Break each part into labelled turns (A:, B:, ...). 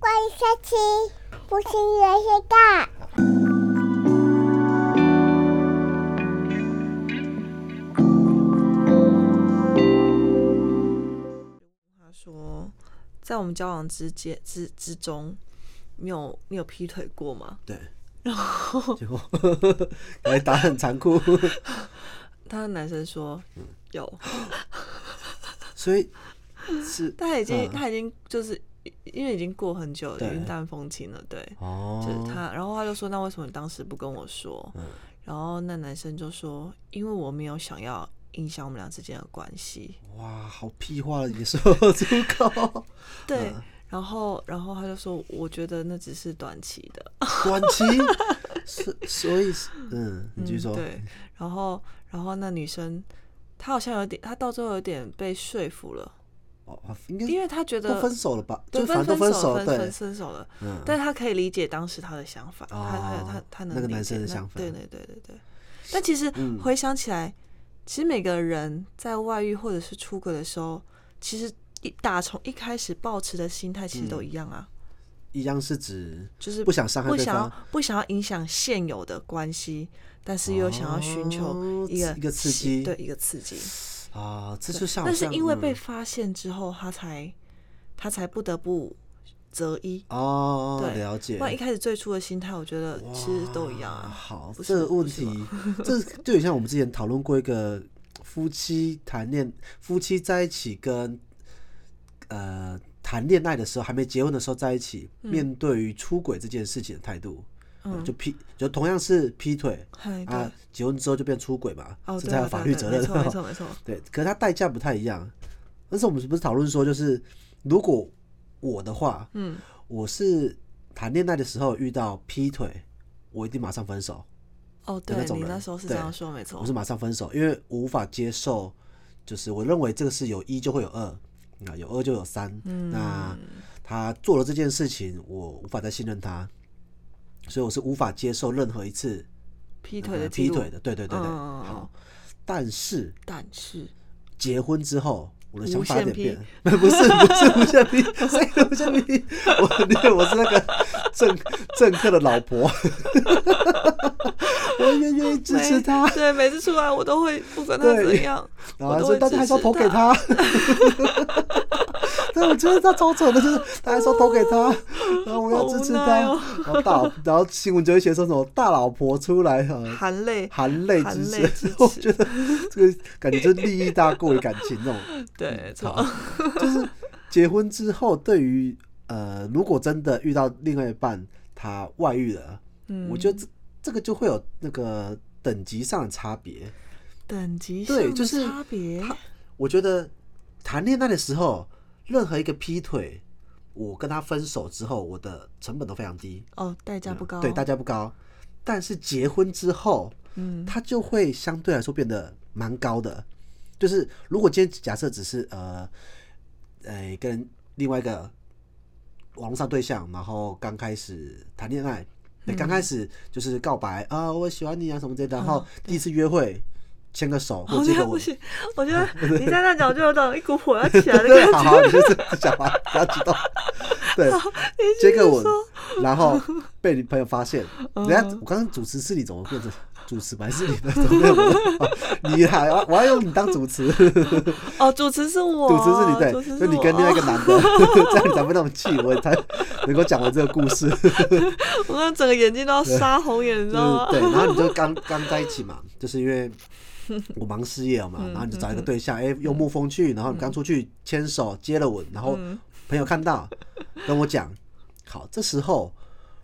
A: 下去，不是越来越大。
B: 他说，在我们交往之间之之中，你有你有劈腿过吗？
C: 对，然后结果 来打很 残酷，
B: 他的男生说有，
C: 嗯所以是
B: 但 他已经、
C: 嗯
B: 他已经就是因为已经过很久了，
C: 对
B: 云淡风轻了，对，
C: 哦，嗯
B: 就是他，然后他就说，那为什么你当时不跟我说？然后那男生就说，因为我没有想要影响我们俩之间的关系。
C: 哇，好屁话了，也说出 口，
B: 对，
C: 嗯
B: 然后然后他就说，我觉得那只是短期的。
C: 短期，所所以是嗯，你继续
B: 嗯
C: 说，
B: 对，然后然后那女生，她好像有点，她到最后有点被说服了，
C: 哦，啊应该
B: 因为她觉
C: 都
B: 得
C: 分手了吧？
B: 对
C: 就反正
B: 分
C: 都分
B: 手
C: 手
B: 了，
C: 了，
B: 分
C: 对
B: 分，分手了，
C: 嗯，
B: 但是她可以理解当时她的想法，她她她
C: 哦
B: 她能
C: 那个
B: 理
C: 男
B: 解
C: 生的
B: 那
C: 想法
B: 对对对对对。但其实
C: 嗯
B: 回想起来，其实每个人在外遇或者是出轨的时候，其实一打从一开始抱持的心态其实都一样啊，
C: 一样是指
B: 就是
C: 嗯不想伤害
B: 不
C: 对
B: 想要
C: 方，
B: 不想要影响现有的关系，但是又想要寻求
C: 哦
B: 一个、
C: 一个刺激
B: 对一个刺激。
C: 啊，这就像好
B: 但是
C: 像
B: 因为被
C: 嗯
B: 发现之后，他才他才不得不择一。
C: 哦
B: 对，
C: 了解
B: 不，然一开始最初的心态，我觉得其实都一样
C: 哇
B: 啊。
C: 好，
B: 不是
C: 这个问
B: 不是
C: 题，这 就有像我们之前讨论过一个夫妻谈恋，夫妻在一起跟呃谈恋爱的时候，还没结婚的时候在一起，面对于出轨这件事情的态度，
B: 嗯
C: 就劈，就同样是劈腿
B: 嗨，哎对，
C: 啊，结婚之后就变出轨嘛，
B: 哦，
C: 这
B: 对
C: 才
B: 啊，对
C: 有
B: 啊
C: 法律
B: 对啊
C: 责任
B: 没
C: 哦。
B: 错，没错，没错。
C: 对，可是它代价不太一样。但是我们不是讨论说，就是如果我的话，
B: 嗯，
C: 我是谈恋爱的时候遇到劈腿，我一定马上分手，
B: 哦，
C: 那
B: 对
C: 种
B: 你
C: 人
B: 那时候是这
C: 对
B: 样说，没错
C: 我是。马上分手，因为我无法接受，就是我认为这个是有一就会有二，啊，有二就有三，
B: 嗯
C: 那他做了这件事情，我无法再信任他，所以我是无法接受任何一次
B: 劈腿的
C: 呃
B: 记
C: 劈
B: 录
C: 腿的，对对对对，
B: 嗯嗯嗯
C: 好，但是
B: 但是
C: 结婚之后，我的想法有点变了，
B: 无
C: 不 是不是无限批， 谁的无限批？我因为我 是那个政政客的老婆， 我也愿意 支持
B: 每
C: 他，
B: 对，每次出来我都会不管他
C: 对
B: 怎样，
C: 然后
B: 我
C: 还
B: 都
C: 说
B: 会
C: 大家
B: 支
C: 还是要
B: 持
C: 投给他。 对，我觉得他超蠢的，就是他还说投给他，然后我要支持
B: 好无
C: 他，
B: 奈哦
C: 然后大老，然后新闻就会写说什么大老婆出来哈，呃
B: 含泪，
C: 含泪
B: 含
C: 支
B: 泪支
C: 持， 我
B: 持
C: 觉得这个感觉就是利益大过于感情那种。
B: 对，没错。
C: 嗯好， 就是结婚之后，对于呃，如果真的遇到另外一半他外遇了，
B: 嗯
C: 我觉得这这个就会有那个等级上的差别。
B: 等级
C: 对
B: 上
C: 就
B: 的
C: 是
B: 差别，
C: 他我觉得谈恋爱的时候，任何一个劈腿，我跟他分手之后，我的成本都非常低，
B: 哦，代价不高，
C: 嗯对，代价不高。但是结婚之后，
B: 嗯
C: 它就会相对来说变得蛮高的。就是如果今天假设只是呃，呃，跟另外一个网络上对象，然后刚开始谈恋爱，对刚开始就是告白啊、我喜欢你啊什么之类的，然后第一次约会牵个手或
B: 我
C: 者
B: 觉
C: 接
B: 得
C: 个
B: 嗯哦
C: 吻
B: 不， 行，我觉得你在那讲就有种一股火要起来的
C: 对，
B: 感
C: 好
B: 觉。
C: 好，你就是小孩，不要激动，对，接个吻，然后被你朋友 发现，
B: 嗯
C: 人家我刚刚主持是你，怎么变成主持本来是你的，怎 么变我的？哦你还我还要用你当主持，主
B: 哦，主持是我，
C: 持是你对
B: 主持，
C: 就是你
B: 我
C: 跟另外一个男的， 这样你才不会那么气，我才能够讲完这个故事，就是
B: 我刚刚整个眼睛都要杀红眼，你知道吗？
C: 嗯对，然后你就刚刚在一起嘛，就是因为。我忙事业嘛，
B: 嗯
C: 然后你就找一个对象，哎、幽默风趣，然后你刚出去牵手接了吻，然后
B: 嗯
C: 朋友看到跟我讲，好，这时候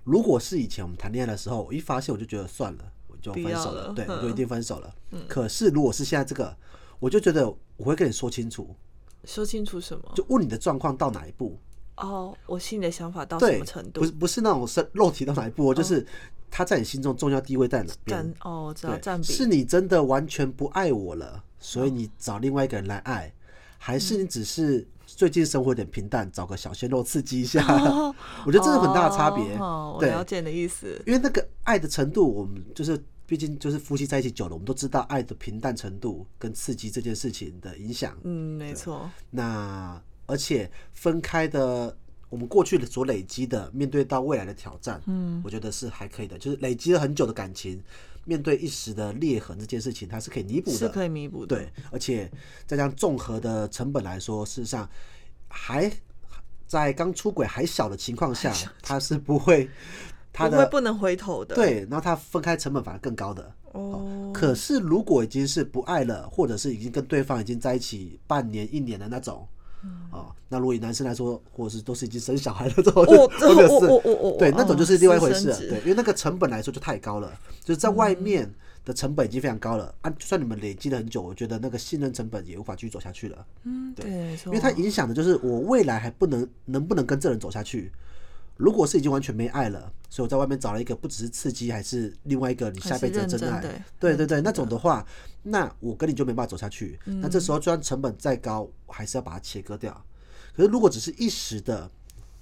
C: 如果是以前我们谈恋爱的时候，我一发现我就觉得算了，我就分手
B: 不要
C: 了，
B: 了
C: 对，
B: 嗯
C: 我就一定分手了。可是如果是现在这个，我就觉得我会跟你说清楚，
B: 说清楚什么？
C: 就问你的状况到哪一步，
B: 哦，我心里的想法到什
C: 对
B: 么程，度嗯
C: 不是？不是那种身肉体到哪一步，就是他在你心中重要地位在哪边
B: 占。哦，我知道
C: 嗯对，
B: 占比
C: 是你真的完全不爱我了，所以你找另外一个人来爱，还是你只是最近生活有点平淡，找个小鲜肉刺激一 下？ 我觉得这是很大的差别。
B: 哦，我
C: 对，
B: 了解你的意思。
C: 因为那个爱的程度，我们就是毕竟就是夫妻在一起久了，我们都知道爱的平淡程度跟刺激这件事情的影响。
B: 嗯，没错，
C: 那而且分开的我们过去的所累积的，面对到未来的挑战，嗯，我觉得是还可以的，就是累积了很久的感情，面对一时的裂痕这件事情，它是可以弥补
B: 是
C: 的，
B: 可以弥补的。
C: 对，而且再加上综合的成本来说，事实上还在刚出轨还小的情况下，他是不会他
B: 不会
C: 的
B: 不能回头的。，
C: 对，然后他分开成本反而更高的。
B: 哦，
C: 可是如果已经是不爱了，或者是已经跟对方已经在一起半年一年的那种。
B: 嗯
C: 哦，那如果以男生来说，或者是都是已经生小孩了之 后，
B: 我
C: 或者
B: 我我
C: 是
B: 我我嗯哦
C: 对那种就是另外一回事
B: 私
C: 了，
B: 生子嗯
C: 对，因为那个成本来说就太高了，就是在外面的成本已经非常高了啊，就算你们累积了很久，我觉得那个信任成本也无法继续走下去了，
B: 嗯，对，没错
C: 因为它影响的就是我未来还不能能不能跟这人走下去。如果是已经完全没爱了，所以我在外面找了一个不只是刺激，还是另外一个你
B: 还
C: 下
B: 是
C: 辈子的
B: 认
C: 真
B: 真
C: 爱，
B: 的
C: 对对对，那种的话，
B: 嗯
C: 那我跟你就没办法走下去。那这时候，就算成本再高，我还是要把它切割掉。可是如果只是一时的，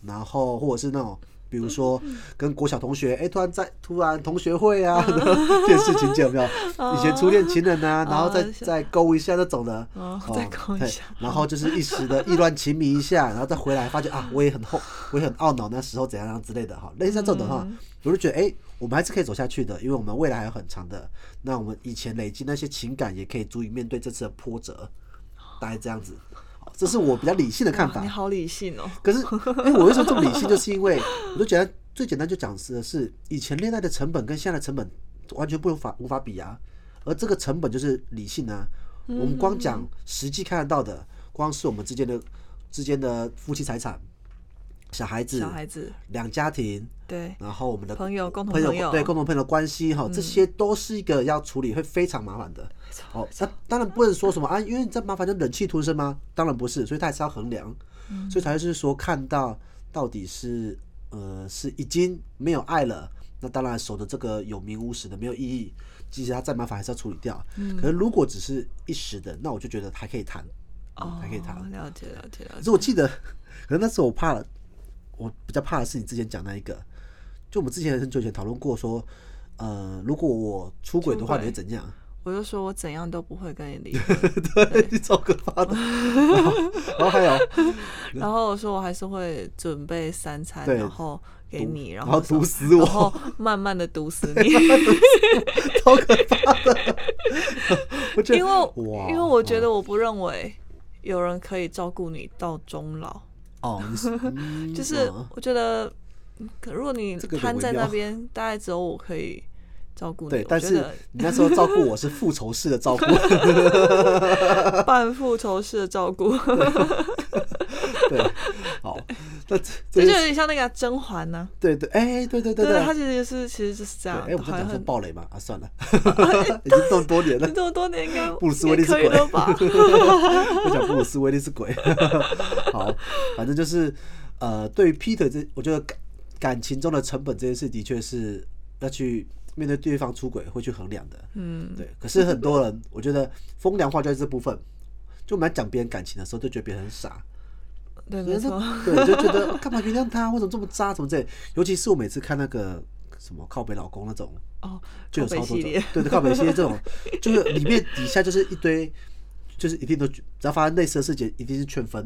C: 然后或者是那种，比如说
B: 嗯
C: 跟国小同学，哎、突然在突然同学 会啊，这件事情节有没有？以前初恋情人啊，然后再
B: 哦
C: 再勾一下那种的，
B: 哦再勾一
C: 对
B: 下
C: 然后就是一时的意乱情迷一下，然后再回来发觉啊，我也很后，我也很懊恼那时候怎样怎样之类的哈。类似像这种的
B: 嗯
C: 话，我就觉得哎、诶我们还是可以走下去的，因为我们未来还有很长的。那我们以前累积那些情感，也可以足以面对这次的波折，大概这样子。好这是我比较理性的看
B: 哇
C: 法
B: 你。好理性哦。
C: 可是，哎、我为什么这么理性？就是因为 我就觉得最简单就讲是是以前恋爱的成本跟现在的成本完全不无法无法比啊，而这个成本就是理性啊。我们光讲实际看得到的，光是我们之间的之间的夫妻财产、小孩子
B: 小、孩子，
C: 两家庭，
B: 对，
C: 然后我们的呃
B: 朋友共同
C: 朋友
B: 朋友嗯
C: 对共同朋友的关系哈，这些都是一个要处理会非常麻烦的。哦，那当然不能说什么啊，因为这麻烦就忍气吞声吗？当然不是，所以他还是要衡量，
B: 嗯
C: 所以才是说看到到底是呃是已经没有爱了，那当然守着这个有名无实的没有意义，即使他再麻烦还是要处理掉。
B: 嗯
C: 可是如果只是一时的，那我就觉得还可以谈，嗯
B: 哦，
C: 还可以谈。
B: 了解了解了
C: 可
B: 解。
C: 是我记得， 可能那时候我怕了，我比较怕的是你之前讲那一个，就我们之前很久以前讨论过说，呃，如果我出轨的话，
B: 出轨
C: 你会怎样？
B: 我就说我怎样都不会跟你离婚，
C: 对，超可 怕的。然后然后还有
B: 然后我说我还是会准备三餐，
C: 对
B: 然后给
C: 毒
B: 你，
C: 然
B: 后
C: 后
B: 什么
C: 毒死我
B: 然后慢慢的毒死 你，
C: 超可怕的，我觉得
B: 因为
C: 哇，
B: 因为我觉得我不认为有人可以照顾你到终老。
C: 哦，你是嗯
B: 就是
C: 嗯
B: 我觉得，嗯可如果你
C: 这个有
B: 瘫在
C: 微妙
B: 那边，大概只有我可以照顾你。
C: 对，
B: 我
C: 但
B: 觉
C: 是
B: 得
C: 你那时候照顾我是复仇式的 照顾，
B: 半复仇式的照顾，
C: 对，好，那这
B: 这
C: 这
B: 就是有点像那个啊甄嬛呢。
C: 对对，哎，对对对
B: 对，
C: 对
B: 他，其实就是其实就是这样，
C: 哎，我们在
B: 还
C: 讲说
B: 很
C: 暴雷嘛，啊，算 了， 已经这么多年了
B: 你。这么多年应该
C: 布鲁斯
B: 也
C: 威利斯
B: 可以
C: 鬼
B: 了 吧？
C: 我讲布鲁斯威利是鬼。好，反正就是呃，对于 Peter 这，我觉得感感情中的成本这件事，的确是要去面对对方出轨会去衡量的。
B: 嗯，
C: 对，可是很多人，我觉得风凉话就在这部分。就我们在讲别人感情的时候，就觉得别人很傻，
B: 对，
C: 对
B: 没错，
C: 对，就觉得干嘛原谅他，为什么这么渣，什么之类。尤其是我每次看那个什么靠北老公那种，
B: 哦，
C: 就有
B: 靠背
C: 超多种
B: 系列，
C: 对对，靠北系列这种，就是里面底下就是一堆，就是一定都只要发生类似的事情，一定是劝分，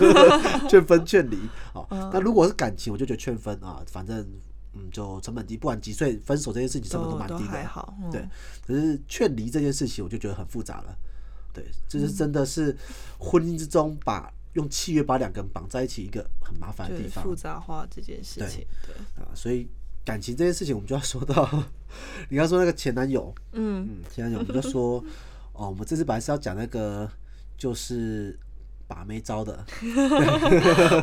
C: 劝分劝离。好，
B: 嗯
C: 那如果是感情，我就觉得劝分啊，反正嗯，就成本低，不管几岁分手这件事情，成本都
B: 都
C: 蛮
B: 都
C: 低
B: 还
C: 的。
B: 好，嗯
C: 对，可是劝离这件事情，我就觉得很复杂了。对，这
B: 嗯
C: 是真的是婚姻之中把用契约把两个人绑在一起，一个很麻烦的
B: 就
C: 地
B: 是
C: 方。
B: 复杂化这件事
C: 对
B: 情，对，
C: 啊，所以感情这件事情，我们就要说到 你刚说那个前男友，
B: 嗯
C: 嗯，前男友，我们就说哦，我们这次本来是要讲那个就是把妹招的，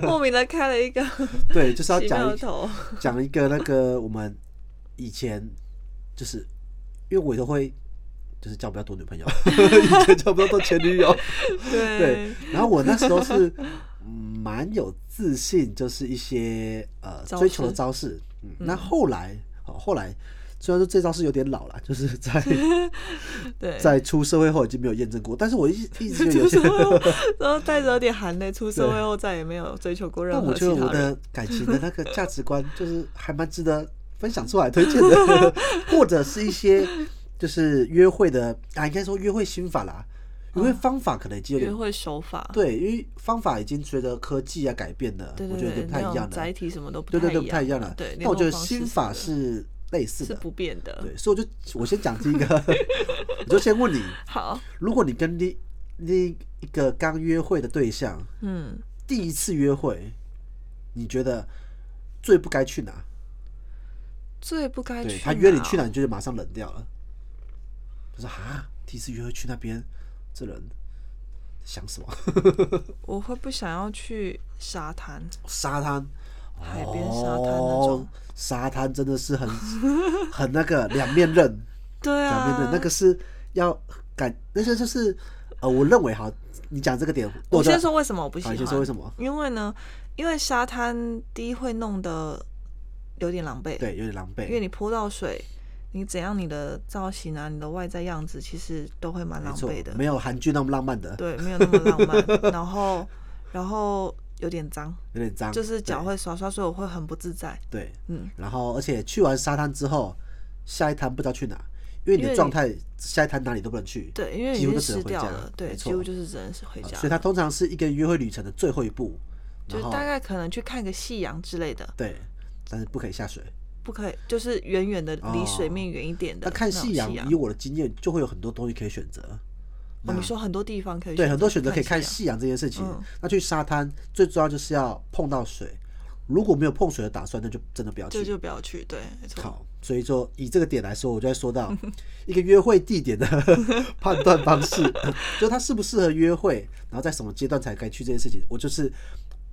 B: 莫名的开了一个
C: 对， 就是要
B: 奇
C: 讲
B: 妙的
C: 一
B: 头，
C: 讲一个那个我们以前就是因为我都会就是交比较多女朋友， 以前交比较多前 女友，对
B: 对，，
C: 然后我那时候是嗯蛮有自信，就是一些呃
B: 招
C: 追求的
B: 式
C: 招式。嗯，那后来哦，后来虽然说这招是有点老了，就是在
B: 对，
C: 在出社会后已经没有验证过，但是我一一直就有些
B: 出社，然后带着有点含泪，出社会后再也没有追求过任
C: 但我
B: 何
C: 觉
B: 其
C: 得
B: 他
C: 我
B: 人。
C: 的感情的那个价值观 就是还蛮值得分享出来推荐 的，或者是一些就是约会的啊，应该说约会心法啦。因为方法可能已经有
B: 哦约
C: 点
B: 会手法，
C: 对，因为方法已经随着科技啊改变了，
B: 对
C: 我
B: 对
C: 觉得
B: 对，
C: 有点不太一
B: 那
C: 样
B: 种载
C: 的，
B: 体什么都不
C: 对对对，不
B: 太
C: 太一样
B: 了
C: 了。。
B: 啊对，
C: 但我觉得
B: 联络方式
C: 心法是类似
B: 是
C: 的，
B: 不变的。
C: 对，所以我就我先讲第一个， 我就先问你，
B: 好，
C: 如果你跟另另一个刚约会的对象
B: 嗯，
C: 第一次约会，你觉得最不该去哪？
B: 最不该去
C: 对
B: 哪哦。
C: 他约你去哪，你就马上冷掉了。他说啊，第一次约会去那边，这人想什么？
B: 我会不想要去沙滩，
C: 沙滩，
B: 海边沙滩那
C: 哦
B: 种。
C: 沙滩真的是很 很那个两面刃，
B: 对
C: 两面
B: 啊
C: 刃，那个是要感，那些就是呃，我认为哈，你讲这个点，
B: 我
C: 觉得
B: 先说为什么我不喜
C: 好，
B: 欢。
C: 你先说为什么？
B: 因为呢，因为沙滩第一会弄得有点狼狈，，
C: 对，有点狼狈，
B: 因为你泼到水，你怎样你的造型啊，你的外在样子其实都会蛮
C: 没
B: 狼
C: 错
B: 狈的，，
C: 没有韩剧那么浪漫的，
B: 对，没有那么浪漫。 然后，然后有点脏，
C: 有点脏，
B: 就是脚
C: 对
B: 会刷刷，所以我会很不自在。
C: 对，
B: 嗯，
C: 然后而且去完沙滩之后，下一滩不知道去哪，因为
B: 因为
C: 你的
B: 你
C: 状态下一滩哪里都不能去，
B: 对，因为已
C: 几乎
B: 经
C: 就只能
B: 湿
C: 回家
B: 掉
C: 了
B: 了，对，
C: 没
B: 几
C: 错
B: 乎就是只能是回家
C: 所以它通常是一个约会旅程的最后一步，
B: 就
C: 然后
B: 大概可能去看个夕阳之类的，
C: 对，但是不可以下水。
B: 不可以，就是远远的离水面远一点的
C: 哦那
B: 那
C: 看
B: 种
C: 夕阳，以我的经验，就会有很多东西可以选择。
B: 哦，你说很多地方可以
C: 嗯对，很多选择可以看
B: 夕阳
C: 夕阳这件事情。
B: 嗯
C: 那去沙滩最重要就是要碰到水，如果没有碰水的打算，那就真的不要
B: 这
C: 去。
B: 就不要去，对，没错。
C: 好，所以说以这个点来说，我就在说到 一个约会地点的 判断方式， 就是它适不适合约会，然后在什么阶段才该去这件事情。我就是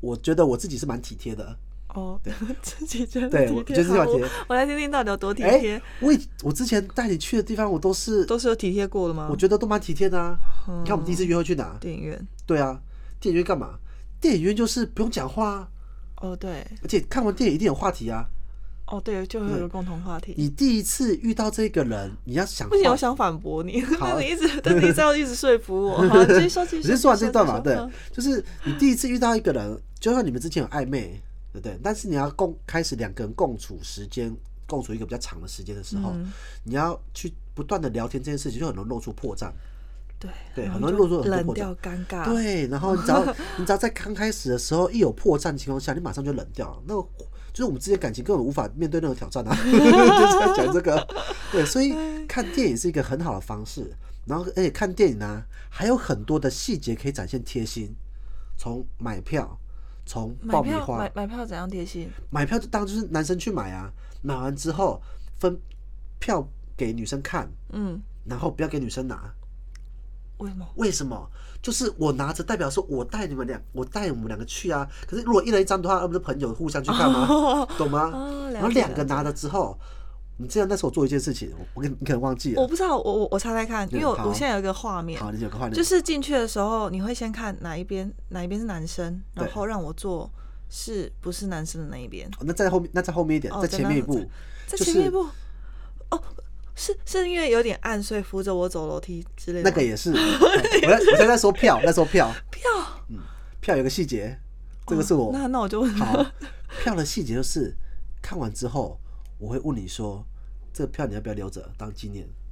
C: 我觉得我自己是蛮体贴的，
B: 哦， 自己觉得
C: 对
B: 体
C: 我
B: 贴
C: 觉得自己
B: 好
C: 蛮体贴
B: 我我来听听到底有多体
C: 哎、
B: 贴，
C: 我以我之前带你去的地方，我都是
B: 都是有体贴过的吗？嗯
C: 我觉得都蛮体贴的啊。你看我们第一次约会去哪？
B: 电影院，
C: 对啊，电影院干嘛？电影院就是不用讲话啊，
B: 哦对，
C: 而且看完电影一定有话题啊。
B: 哦对，就会有一个共同话题。
C: 你第一次遇到这个人，你要想
B: 不行，
C: 话
B: 我想反驳你，但
C: 好
B: 你一 直，但你这样一直说服我。好，你继续说，继续
C: 只是说完
B: 继续
C: 这段嘛，
B: 继续
C: 对
B: 说，嗯
C: 就是你第一次遇到一个人，就算你们之前有暧昧，对不对？但是你要共开始两个人共处时间，共处一个比较长的时间的时候，
B: 嗯
C: 你要去不断的聊天这件事情，就很容易露出破绽。
B: 对
C: 对
B: 然后
C: 很多人
B: 就
C: 都说很多
B: 冷
C: 破绽
B: 掉尴尬，
C: 对，然后你只 要你只要在刚开始的时候一有破绽情况下，你马上就冷掉了，那个就是我们之间感情根本无法面对任何挑战啊， 就是在讲这个。对，所以
B: 哎
C: 看电影是一个很好的方式，然后而且看电影呢、还有很多的细节可以展现贴心，从买票，从
B: 买
C: 爆米
B: 票
C: 花，
B: 买买票怎样贴心？
C: 买票就当然就是男生去买啊，买完之后分票给女生看，
B: 嗯，
C: 然后不要给女生拿。
B: 为什么？
C: 为什么？就是我拿着代表说，我带你们两，我带我们两个去啊。可是如果一人一张的话，那不是朋友互相去看吗？懂吗？
B: 哦了解
C: 啊然后两个
B: 了解
C: 拿了之后，你知道那时候我做一件事情，我我跟你可能忘记
B: 我
C: 了。
B: 不知道，我我我猜猜看，因为我
C: 好
B: 我现在有一个画面，
C: 好，你有个画面，
B: 就是进去的时候，你会先看哪一边，哪一边是男生，
C: 对
B: 然后让我坐是不是男生的那一边。
C: 哦那在后面，那在后面一点，
B: 哦
C: 在
B: 在
C: 前面一
B: 那
C: 步，
B: 在
C: 就
B: 前面
C: 是
B: 一步，哦，是是因为有点暗，所以扶着我走楼梯之类的吗。
C: 那个也是。我在我在那说票，那时候票嗯
B: 票，
C: 票有个细节，这个是我
B: 哦那那我就问
C: 好
B: 他，
C: 票的细节就是，看完之后我会问你说，这个票你要不要留着当纪念？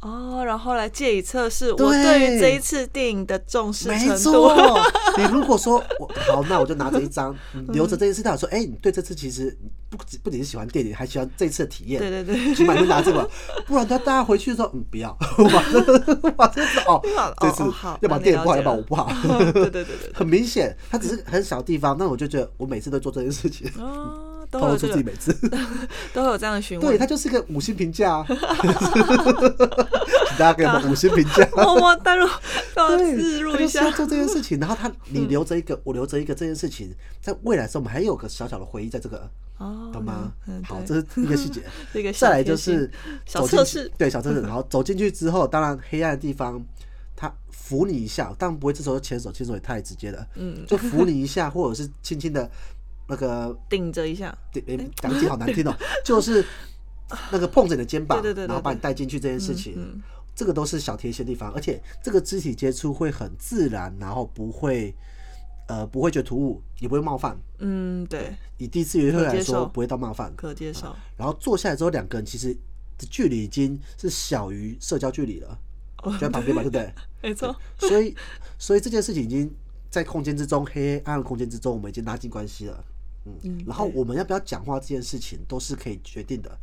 B: 哦，然后来借以测试我
C: 对
B: 对于这一次电影的重视
C: 没
B: 程
C: 错
B: 度。，
C: 你如果说我好，那我就拿着一张，你
B: 嗯
C: 留着这件事。代表说，哎、你对这次其实不只不仅是喜欢电影，还喜欢这次的体验。
B: 对对 对，
C: 起码就拿这个，不然他大家回去说，嗯，不要， 我把这我把这次 哦
B: 哦，
C: 这次
B: 哦好
C: 要把
B: 那你
C: 电影不好，
B: 了
C: 要
B: 解
C: 把
B: 了
C: 我不好，
B: 对对对对对。
C: 很明显，它只是很小地方，但我就觉得我每次都做这件 事情，
B: 哦，都
C: 透
B: 会
C: 露
B: 有
C: 出
B: 这
C: 自己
B: 个，
C: 每次。
B: 都会有这样的询
C: 对，
B: 问
C: 它。就是一个五星评 价、啊，请大家给我们五星评价。
B: 默默带入，让我
C: 对，
B: 自入
C: 他
B: 一
C: 就是要
B: 下。
C: 做这件事 情，然后他你留着一个，我留着一个这件事情，在未来的时候我们还有个小小的回忆在这个，
B: 哦，
C: 懂吗
B: 嗯，？
C: 好，
B: 对
C: 这是一个 细节。
B: 这个小
C: 再来就
B: 贴心
C: 是
B: 小
C: 走进
B: 测
C: 去
B: 试
C: 对小测试。 好，走进去之后，当然黑暗的地方，他扶你一下，当然不会这时候牵手，牵手也太直接了，
B: 嗯，
C: 就扶你一下，或者是轻轻的，那个
B: 顶着一下，
C: 对诶讲起好难听哦，就是那个碰着你的肩膀，
B: 对对对对
C: 然后把你带进去这件
B: 嗯
C: 事情，这个都是小贴心的地方，而且这个肢体接触会很自然，然后不会呃不会觉得突兀，也不会冒犯。
B: 嗯，对，
C: 以第一次约会
B: 可
C: 来
B: 接受
C: 说，不会到冒犯。
B: 可接受。
C: 然后坐下来之后，两个人其实的距离已经是小于社交距离了，就在旁边嘛，对不 对？
B: 哦没错，
C: 所以，所以这件事情已经在空间之中，黑暗的空间之中，我们已经拉近关系了。嗯，然后我们要不要讲话这件事情都是可以决定的。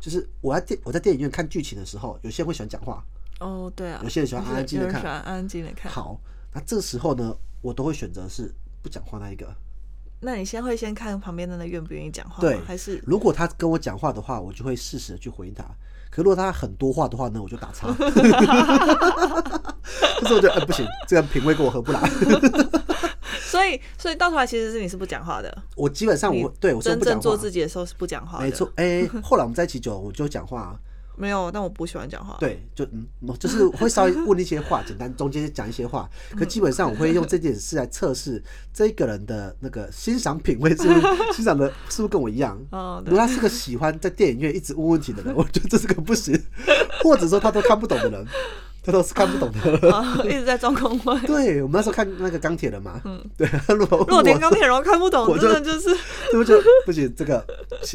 C: 就是我在电我在电影院看剧情的时候，有些人会喜欢讲话，
B: 哦，对啊，
C: 有些人喜欢安安静
B: 有人
C: 静地看
B: 喜欢安安静的看。
C: 好，那这时候呢，我都会选择是不讲话那一个。
B: 那你先会先看旁边的人愿不愿意讲话吗，
C: 对
B: 还是
C: 如果他跟我讲话的话，我就会适时的去回应他。可如果他很多话的话呢，我就打岔。 就是我觉得，呃，不行，这个品味跟我合不来。
B: 所以所以到头来其实是你是不讲话的，
C: 我基本上
B: 你
C: 我对我是
B: 真
C: 不讲
B: 正
C: 话，
B: 做自己的时候是不讲话的，
C: 没错。，哎、后来我们在一起久了，我就讲话、啊
B: 没有，但我不喜欢讲话，，
C: 对，就嗯，我就是会稍微问一些话，简单中间讲一些话，可基本上我会用这件事来测试这个人的那个欣赏品味是不是欣赏的是不是跟我一样。
B: 哦，
C: 如
B: 对
C: 果，他是个喜欢在电影院一直问问题的 人，我觉得这是个不行，或者说他都看不懂的 人，他都是看不懂的人。。
B: 啊， 一直在装空位
C: 对，我们那时候看那个钢铁人嘛，对，他嗯如果问
B: 若
C: 我
B: 田钢铁人我看不懂，
C: 我
B: 真
C: 就
B: 的就是
C: 对不就不行，这个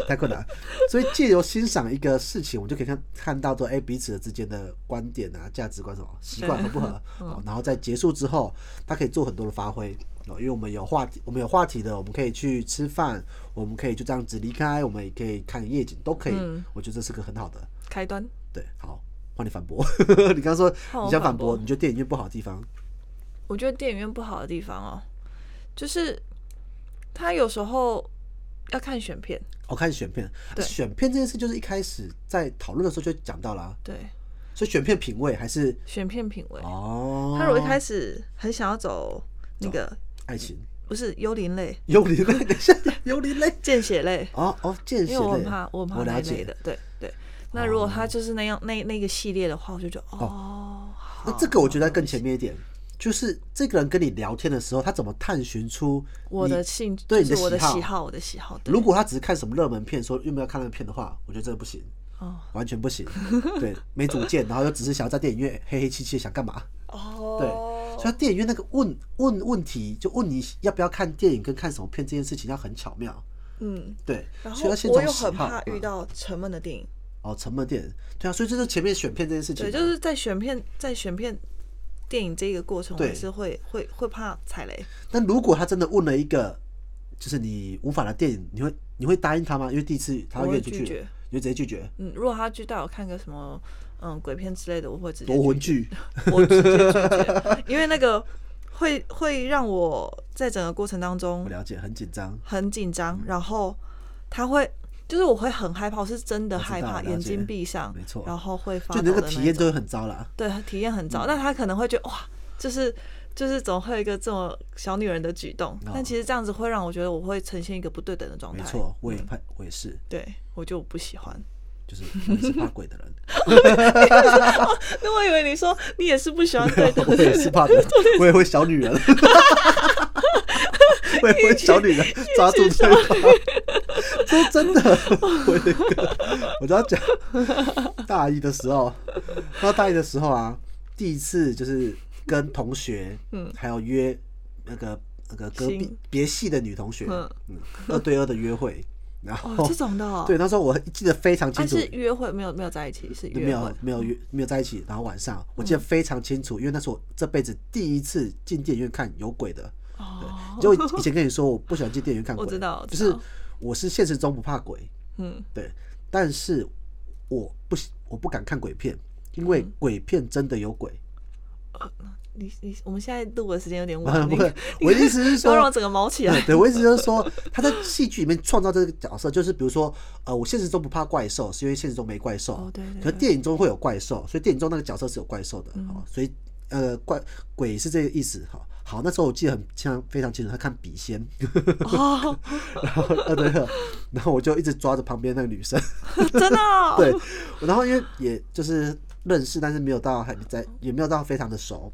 C: 太困难。所以借由欣赏一个事情，我就可以看看到说，哎、彼此之间的观点啊、价值观什么、习惯合不合、
B: 嗯
C: 哦，然后在结束之后，他可以做很多的发挥哦，因为我们有话题，我们有话题的，我们可以去吃饭，我们可以就这样子离开，我们也可以看夜景，都可以。
B: 嗯
C: 我觉得这是个很好的，
B: 开端。
C: 对，好。换你反驳， 你刚刚说
B: 换我
C: 你想反
B: 反
C: 驳，
B: 驳
C: 你觉得电影院不好的地方，
B: 我觉得电影院不好的地方哦，就是他有时候要看选片，
C: 我、哦看选片，
B: 对
C: 选片这件事就是一开始在讨论的时候就讲到了啊、
B: 对，
C: 所以选片品味还是
B: 选片品味。
C: 哦，
B: 他如果一开始很想要走那个
C: 爱情
B: 不是幽灵类、
C: 幽灵类，等一下幽灵类
B: 见血类，
C: 哦哦，见血
B: 因为我很
C: 类
B: 怕，我很怕
C: 我
B: 那
C: 了
B: 一类
C: 解哦
B: 的，。对对。那如果他就是那样那那个系列的话，我就觉得哦，好
C: 那这个我觉得更前面一点，就是这个人跟你聊天的时候，他怎么探寻出
B: 我
C: 你
B: 的兴
C: 对
B: 就是我
C: 你的
B: 的
C: 喜好
B: 喜好，我的喜好。对
C: 如果他只是看什么热门片，说有没有看那个片的话，我觉得真的不行，
B: 哦
C: 完全 不行。对，没主见，然后又只是想要在电影院黑黑漆漆地想干嘛？对，
B: 哦，
C: 所以电影院那个问问问题，就问你要不要看电影跟看什么片这件事情要很巧妙。
B: 嗯，
C: 对，
B: 然
C: 所以
B: 后
C: 要先
B: 我
C: 从
B: 又
C: 喜
B: 很
C: 好
B: 怕
C: 嗯
B: 遇到沉闷的电影，
C: 哦，沉闷电影，对啊，所以这就是前面选片这件事情
B: 对，
C: 啊，
B: 就是在选片在选片电影这个过程，我
C: 对
B: 也是会会会怕踩雷。
C: 但如果他真的问了一个，就是你无法的电影，你会你会答应他吗？因为第一次他
B: 我
C: 约
B: 会
C: 你出
B: 拒
C: 去
B: 绝
C: 了，你就直接拒绝。
B: 嗯，如果他去带我看个什么嗯鬼片之类的，我会直接
C: 夺
B: 拒
C: 魂
B: 绝，
C: 剧，
B: 我直接拒绝，因为那个会会让我在整个过程当中
C: 我了解，很紧张。
B: 很紧张，
C: 嗯
B: 然后他会。就是我会很害怕，我是真的
C: 我知
B: 害
C: 道
B: 怕，
C: 了
B: 眼
C: 解
B: 睛闭上，
C: 没错
B: 然后会发抖
C: 就你那
B: 的
C: 个
B: 那
C: 体验嗯
B: 种
C: 就会很糟啦。
B: 对，体验很糟。那他可能会觉得哇，就是就是总会有一个这么小女人的举动，
C: 哦
B: 但其实这样子会让我觉得我会呈现一个不对等的状态。
C: 没错，我也
B: 嗯
C: 怕，我也是，
B: 对我就不喜欢。
C: 就是我也是怕鬼的人，
B: 那我以为你说你也是不 喜欢对等
C: 我
B: 的
C: 也是怕的人，我也会小女 人，我也会小女人抓住对 方。这真的，我的个，我只要讲大一的时候，到大一的时候啊，第一次就是跟同学，嗯，还有约那个那个隔壁
B: 行
C: 别系的女同学，
B: 嗯
C: 嗯，二对二的约会，然后
B: 哦，这种的、哦。
C: 对，那时候我记得非常
B: 但
C: 清楚
B: 是，约会没有没有在一起，是
C: 没
B: 约
C: 有
B: 会。
C: 没有约没有在一起，然后晚上我
B: 嗯
C: 记得非常清楚，因为那是我这辈子第一次进电影院看有鬼的。
B: 哦，
C: 就以前跟 你说我不喜欢进电影院看鬼，
B: 我知道我
C: 就
B: 知
C: 是
B: 道
C: 我是现实中不怕鬼，
B: 嗯，
C: 对，但是我不喜我不敢看鬼片，因为
B: 嗯
C: 鬼片真的有鬼。
B: 你你我们现在录的时间有点晚，
C: 不
B: 你
C: 会，
B: 你
C: 我的意思是
B: 不要让我
C: 说。
B: 整个毛起来
C: 对，。对我意思就是说，他在戏剧里面创造这个角色，就是比如说，呃，我现实中不怕怪兽，是因为现实中没怪兽。
B: 哦对对
C: 可
B: 对
C: 是
B: 嗯
C: 电影中会有怪兽，所以电影中那个角色是有怪兽的，哦，所以呃，怪鬼是这个意思。好，好，那时候我记得很像非常清楚，他看笔仙，
B: 哦，
C: 然后呃对，然后我就一直抓着旁边那个女生，
B: 真的、哦。
C: 对，然后因为也就是认识，但是没有到还在，也没有到非常的熟，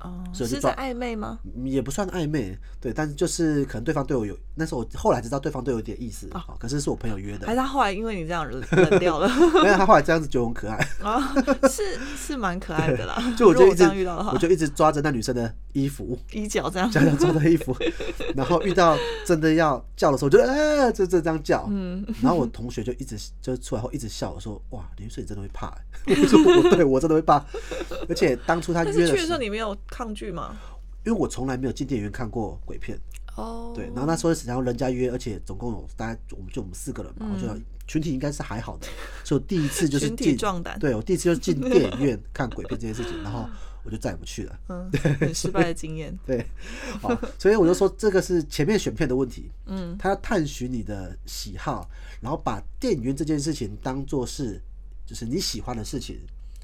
B: 哦，
C: 所以我就是
B: 在
C: 抓
B: 暧昧吗？
C: 嗯也不算暧昧，对，但是就是可能对方对我有，那时候我后来知道对方对我有点意思，哦，可是是我朋友约的
B: 还，是他后来因为你这样冷冷掉了
C: 没有他后来这样子觉得我很可爱，
B: 啊？是是蛮可爱的啦。
C: 就我
B: 如果
C: 就一
B: 我这
C: 直
B: 样遇到的话，
C: 我就一直抓着那女生的衣服，
B: 衣角这样
C: 这，样抓着 衣服，然后遇到真的要叫的时候，我就哎、就这这样叫，
B: 嗯，
C: 然后我同学就一直就出来后一直笑我说，哇，林水你真的会怕、 欸，我说我对我真的会怕，而且当初他
B: 但
C: 约
B: 是去
C: 的
B: 的时
C: 时
B: 候
C: 候，
B: 你没有抗拒吗？
C: 因为我从来没有进电影院看过鬼片，
B: 哦，
C: 对，然后那时候然后人家约，而且总共有大概我们就我们四个人嘛，我觉得群体应该是还好的，所以我第一次就
B: 嗯
C: 是
B: 群体
C: 进
B: 壮胆
C: 对我第一次就 是进电影院看鬼片这件事情，然后我就再也不去了。
B: 嗯，很失败的经 验，
C: 对，好，所以我就说这个是前面选片的问题，
B: 嗯，
C: 他要探寻你的喜好，然后把电影院这件事情当做是就是你喜欢的事情，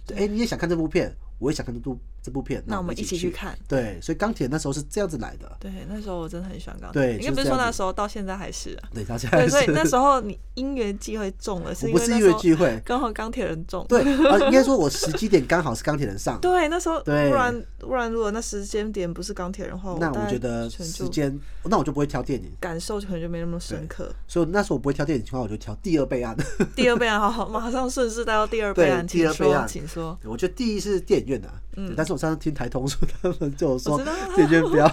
C: 对，哎、你也想看这部片，我也想看这部这部片，
B: 那我
C: 我
B: 们
C: 一
B: 一起去
C: 去。
B: 看。
C: 对，所以钢铁那时候是这样子来的，
B: 对，那时候我真的很喜欢钢
C: 对
B: 应该不
C: 就
B: 说
C: 是是这样
B: 那
C: 子
B: 时候，到现在还是 啊。
C: 对，他现在
B: 对，所以
C: 是
B: 那时候你因缘际会中了，
C: 我
B: 因
C: 不
B: 为
C: 是
B: 那
C: 因
B: 时
C: 为
B: 候
C: 聚 会，
B: 刚好钢铁人中。
C: 对，呃，应该说我时机点刚好是钢铁人上，
B: 对，那时候不
C: 对
B: 然不然如果那时间点不是钢铁人的话，大
C: 那我
B: 概
C: 觉得
B: 可能
C: 时
B: 就
C: 间，那我就不会挑电影，
B: 感受可能就没那么深刻。
C: 所以那时候我不会挑电影的情况，我就挑第二备案。
B: 第二备案，好好，马上顺势带到第二备
C: 对
B: 案，
C: 第
B: 请
C: 二备
B: 说，
C: 案
B: 请说。
C: 我觉得第一是电影院的、对但是我上次听台通说他们就有说
B: 嗯我知道
C: 电影院不要，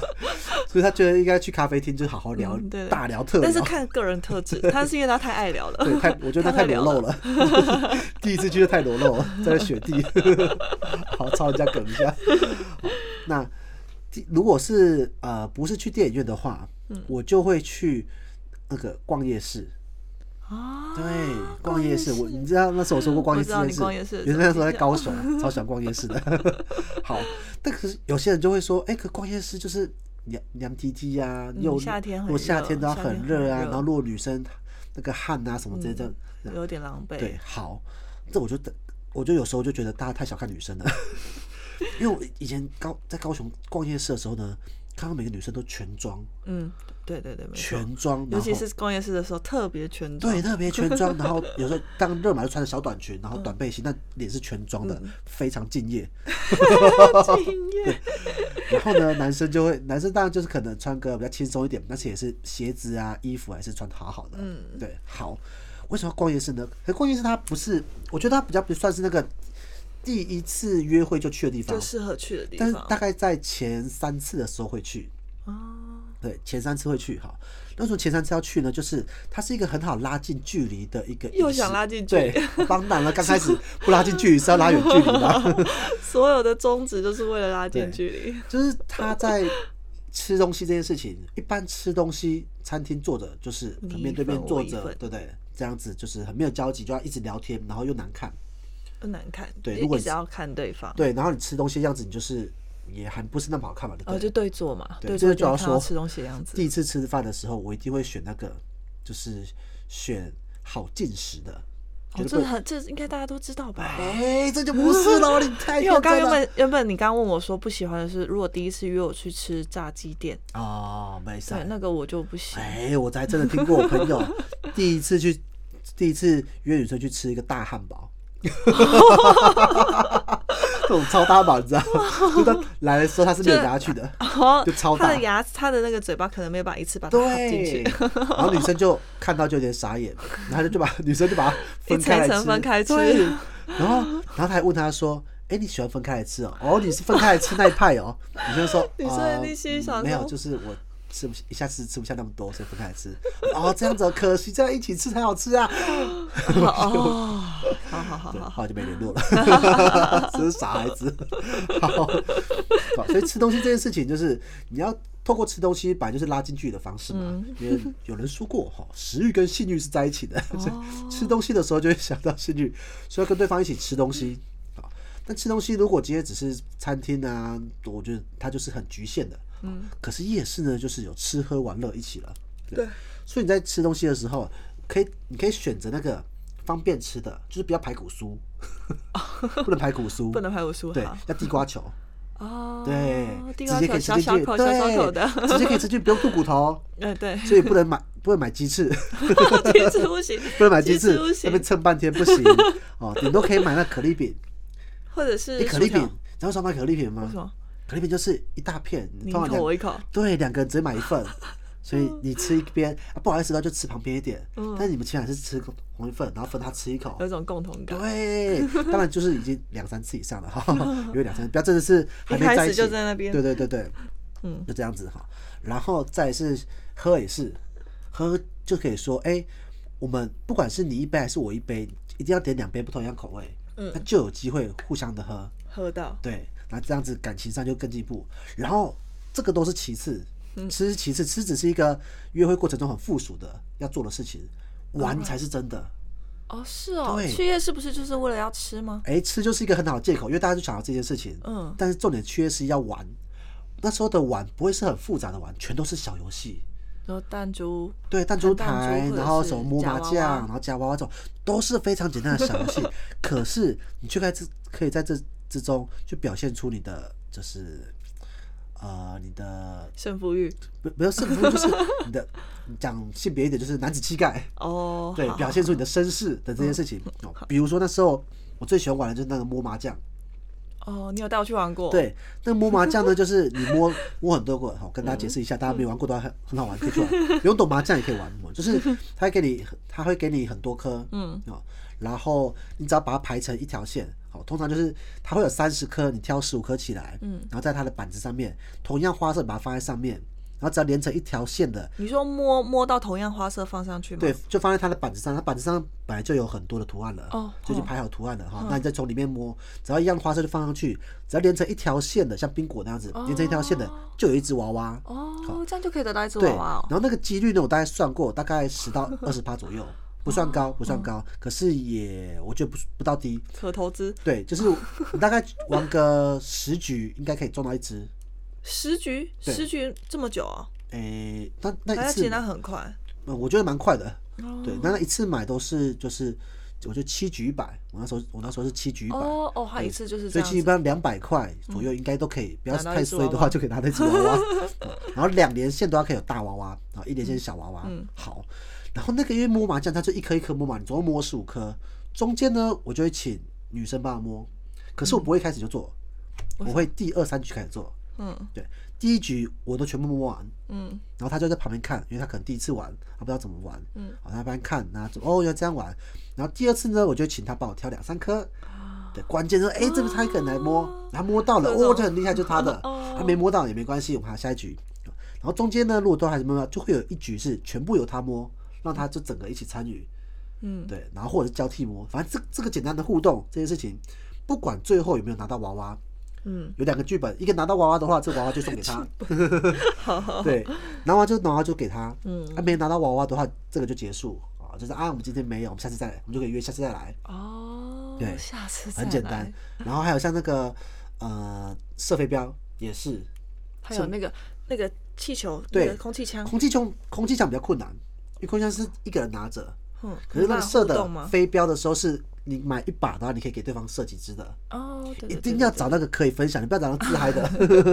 C: 所以他觉得应该去咖啡厅就好好聊，
B: 嗯对
C: 大聊特聊。
B: 但是看个人特质，他是因为他太爱聊了，
C: 哦 对，太 我觉
B: 太
C: 得太
B: 会
C: 裸
B: 聊
C: 露了，就是 第一次去就太裸露了，在雪地， 好抄人家梗一下。好那第如果是呃不是去电影院的话，
B: 嗯
C: 我就会去那个逛夜市。
B: 啊，
C: 对，逛夜市，我你知道那时候我说过逛夜市
B: 我知道
C: 这
B: 你逛
C: 件
B: 夜市的
C: 事，原
B: 时
C: 来
B: 候
C: 那时候在
B: 听
C: 高雄，超喜欢逛夜市的。 好，但可是有些人就会说，哎、可逛夜市就是凉凉滴滴呀，
B: 嗯
C: 又
B: 夏天很
C: 我夏
B: 热
C: 天都要
B: 夏
C: 很
B: 天
C: 热
B: 很
C: 啊，
B: 热嗯
C: 然后如果女生那个汗啊什么之类的，
B: 有点狼狈。
C: 对，好，这我就等，我就有时候就觉得大家太小看女生了， 因为我以前高在高雄逛夜市的时候呢，看到每个女生都全装，
B: 嗯，对对对，没错。
C: 全装，
B: 尤
C: 然
B: 其
C: 后
B: 是逛夜市的时候，特别全妆。
C: 对， 特别全装，然后有时候当热嘛就穿着小短裙，然后短背
B: 嗯
C: 心，但脸是全装的，非常敬业。
B: 敬业，
C: 然后 呢，男生就会，男生当然就是可能穿个比较轻松一点，但是也是鞋子啊、衣服还是穿好好的。嗯，对，好。为什么要逛夜市呢？可是逛夜市它不是，我觉得它比较不算是那个第一次约会就去的地方，
B: 就适合去的地
C: 但是
B: 方。
C: 大概在前三次的时候会去。
B: 啊，
C: 对，前三次会去哈。那为什么前三次要去呢？就是它是一个很好拉近距离的一个仪式，
B: 又想拉近距离
C: 对，当 然了，刚开始不拉近距离是要拉远距离的，
B: 所有的宗旨就是为了拉近
C: 对
B: 距离。
C: 就是他在吃东西这件事情，一般吃东西餐厅坐着就是可能
B: 你一
C: 面对面
B: 份
C: 坐
B: 我一
C: 着，
B: 份
C: 对不对？这样子就是很没有交集，就要一直聊天，然后又难看，
B: 哦不难看，
C: 对
B: 一
C: 如果
B: 一
C: 你
B: 直要看对方，
C: 对。然后你吃东西的样子，你就是也还不是那么好看嘛，对不
B: 哦，
C: 对？
B: 就对坐嘛，
C: 对
B: 对
C: 这
B: 坐
C: 个就要
B: 是看到
C: 说
B: 吃东西的样
C: 第
B: 子。
C: 一次吃饭的时候，我一定会选那个，就是选好进食的。
B: 哦，
C: 绝对
B: 这
C: 不
B: 很这应该大家都知道吧？
C: 哎、这就不是了，你 太
B: 因为我刚
C: 天
B: 原
C: 真了
B: 本原本你刚问我说不喜欢的是，如果第一次约我去吃炸鸡店，
C: 哦，没事。
B: 对那个我就不行。
C: 哎、我才真的听过我朋友第一次 去，第一次约女生去吃一个大汉堡， 这种超大堡，你知道吗？就他来的时候他是没有
B: 就是
C: 牙去的，
B: 哦
C: 就超大
B: 他的牙，他的那个嘴巴可能没有办法一次把它含进去，
C: 对，然后女生就看到就有点 傻眼，然后就把女生就把它分开来
B: 一层
C: 吃，
B: 层分开吃
C: 对然后然后他还问她说：“哎、你喜欢分开来吃哦？哦，你是分开来吃那一派哦？”女生说：“
B: 女生
C: 呃
B: 内心
C: 嗯
B: 想
C: 没有，
B: 说
C: 就是我吃不一下子吃不下那么多，所以分开来吃。哦，这样子哦可惜，这样一起吃才好吃啊。
B: 哦，好好好
C: 对，
B: 好，
C: 后来就没联络了，真是傻孩子。好，好所以吃东西这件事情，就是你要透过吃东西，本来就是拉近距离的方式嘛。因为有人说过，哈，食欲跟性欲是在一起的，所以吃东西的时候就会想到性欲，所以要跟对方一起吃东西。好，但吃东西如果今天只是餐厅啊，我觉得它就是很局限的。嗯，可是夜市呢，就是有吃喝玩乐一起了。对，所以你在吃东西的时候，可以你可以选择那个方便吃的，就是不要排骨酥， 不能排骨 酥，
B: 不能排我输
C: 对
B: 哈，。
C: 要地瓜球，
B: 哦，
C: 对，
B: 地
C: 直
B: 瓜
C: 接可
B: 球
C: 以吃
B: 小
C: 进
B: 小
C: 去，
B: 口小小口的，
C: 对，直接可以吃进去，不用吐骨头，
B: 嗯对，
C: 所以不能买 不能买鸡翅，
B: 鸡翅不行，
C: 不能买鸡
B: 翅
C: 翅
B: 不，
C: 那
B: 行
C: 边，蹭半天不 行哦，顶多可以买那可丽饼，
B: 或者是
C: 诶可
B: 薯
C: 丽饼，
B: 条，
C: 你知道为什么买可丽饼吗
B: 为什？么？
C: 可丽饼就是一大片，
B: 你一
C: 通常
B: 口
C: 两
B: 我一口，
C: 对两个人只买 一份，所以你吃一边、啊，不好意思，那就吃旁边一点。
B: 嗯呃
C: 但是你们竟然是吃同一份，然后分他吃一口
B: 有一，种共同感。
C: 对，当然就是已经两三次以上了哈， 因为两三，不要真的是还
B: 一
C: 没
B: 开
C: 在
B: 始
C: 一起，
B: 就在那边
C: 对对对对，
B: 嗯，
C: 就这样子哈。然后再是喝也是，喝就可以说，哎、我们不管是你一杯还是我一杯，一定要点两杯不同样口味，
B: 嗯
C: 那就有机会互相的喝，
B: 喝到
C: 对，那这样子感情上就更进步。然后这个都是其次，
B: 嗯
C: 吃是其次，吃只是一个约会过程中很附属的要做的事情，玩才是真的。
B: 哦，是哦，
C: 对
B: 去夜市不是就是为了要吃吗？
C: 哎、吃就是一个很好的借口，因为大家就想到这件事情。
B: 嗯
C: 但是重点缺失要玩。那时候的玩不会是很复杂的玩，全都是小游戏，
B: 然后弹珠，
C: 对，弹珠
B: 弹弹珠或
C: 台，
B: 者
C: 然后什么
B: 是
C: 摸
B: 夹
C: 麻
B: 娃
C: 将，
B: 娃
C: 然后夹娃娃这种，都是非常简单的小游戏。可是你却在这可以在这之中去表现出你的就是呃你的
B: 胜负欲
C: 不不要胜负，就是你的讲性别一点，就是男子气概，
B: 哦，
C: 对，
B: 好嗯
C: 表现出你的绅士的这件事情。哦比如说那时候我最喜欢玩的就是那个摸麻将。
B: 哦，你有带我去玩过？，
C: 对，那摸麻将呢，就是你摸 摸很多个，好，跟大家解释一下，大家没玩过的话很很好玩，可以 去玩，不用懂麻将也可以玩，哦就是他给你，他会给你很多颗，
B: 嗯，
C: 哦，然后你只要把它排成一条线，好，通常就是它会有三十颗，你挑十五颗起来，
B: 嗯，
C: 然后在它的板子上面，同样花色把它放在上面，然后只要连成一条线的。
B: 你说摸摸到同样花色放上去吗？
C: 对，，就放在它的板子上，它板子上本来就有很多的图案了，
B: 哦
C: 就已经
B: 哦
C: 排好图案了哈。那你再从里面摸，只要一样花色就放上去，只要连成一条线的，像冰果那样子，连成一条线的
B: 哦
C: 就有一只娃娃。
B: 哦，这样就可以得到一只
C: 对，
B: 娃娃
C: 然
B: 哦。
C: 后那个几率呢，我大概算过，大概十 到二十趴左右，不算高，
B: 哦
C: 不算高，可是也我觉得不不到低。
B: 可投资
C: 对， 就是你大概玩个十局，应该可以中到一只。
B: 十局，
C: 对
B: 十局这么久啊？
C: 诶、那那
B: 大
C: 一
B: 家
C: 次
B: 其他很快。
C: 呃，我觉得蛮快的。
B: 哦
C: 对，那一次买都是就是，我就七局一百，我那时候我那时候是七局一百。
B: 哦哦，它一次就是这
C: 所以
B: 样
C: 其实一
B: 子。嗯
C: 般两百块左右应该都可以，不要
B: 拿到
C: 太
B: 一只
C: 衰
B: 娃
C: 的话
B: 娃
C: 就可以拿到一只 娃娃。嗯然后两连线都要可以有大娃娃，然后一连线是小娃娃。
B: 嗯
C: 好，然后那个因为摸麻将，它就一颗一颗摸嘛，你总共摸十五颗，中间呢我就会请女生帮我摸，可是我不会一开始就做，
B: 嗯为什么
C: 我会第二三局开始做。
B: 嗯
C: 对，第一局我都全部摸完，
B: 嗯
C: 然后他就在旁边看，因为他可能第一次玩，他不知道怎么玩，
B: 嗯，
C: 好，他在旁边看，然后就哦，原来这样玩。然后第二次呢，我就请他帮我挑两三颗，
B: 啊
C: 对，关键是哎，这个他一个人来摸，然后摸到了，
B: 这种
C: 哦，这很厉害，就是他的，
B: 哦
C: 他没摸到也没关系，我们还有下一局。然后中间呢，如果都还是没摸到，就会有一局是全部由他摸，让他就整个一起参与，
B: 嗯，
C: 对，然后或者是交替摸，反正这这个简单的互动这件事情，不管最后有没有拿到娃娃，
B: 嗯，
C: 有两个剧本，一个拿到娃娃的话，这娃娃就送 给他。
B: 哦
C: 对，拿完就拿完就给他。嗯，啊，没拿到娃娃的话，这个就结束啊，就是啊，我们今天没有，我们下次再来，我们就可以约下次再来，
B: 哦，
C: 对
B: 下次再
C: 很简
B: 来
C: 单。。然后还有像那个呃射飞镖也是，
B: 还有那个那个气球，
C: 对
B: 那个空气枪，
C: 空气枪空气枪比较困难，因为空气枪是一个人拿着，
B: 嗯，
C: 可是那
B: 有办
C: 个
B: 法
C: 射
B: 互动
C: 的
B: 吗？
C: 飞镖的时候是。你买一把的话，你可以给对方射几支的，
B: 哦，对对
C: 一
B: 对
C: 定
B: 对
C: 要
B: 对
C: 找那个可以分享，你不要找那个自嗨的。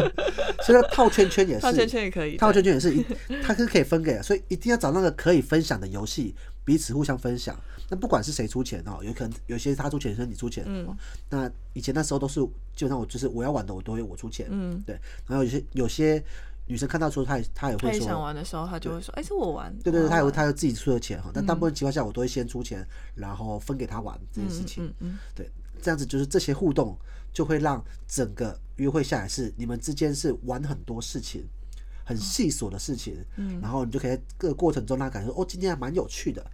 C: 所以要套圈圈也是，
B: 套圈圈也可以，
C: 套
B: 对
C: 圈圈也是一， 它是可以分给，所以一定要找那个可以分享的游戏，彼此互相分享。那不管是谁出钱哦，有可能有些是他出钱，有些是你出钱。
B: 嗯
C: 哦那以前那时候都是，基本上我就是我要玩的，我都会我出钱。
B: 嗯，
C: 对。然后有些有些女生看到说她也她也
B: 他
C: 会
B: 也
C: 说，
B: 想玩的时候，他就会说：“哎，这我玩。”
C: 对对对，
B: 我
C: 她
B: 要
C: 有
B: 玩
C: 她有自己出的钱哦
B: 嗯
C: 哈，但大部分情况下我都会先出钱，然后分给她玩这件事情。
B: 嗯嗯
C: 对，这样子就是这些互动就会让整个约会下来是你们之间是玩很多事情，很细琐的事情，嗯，然后你就可以在各个过程中让他感受哦，今天还蛮有趣的，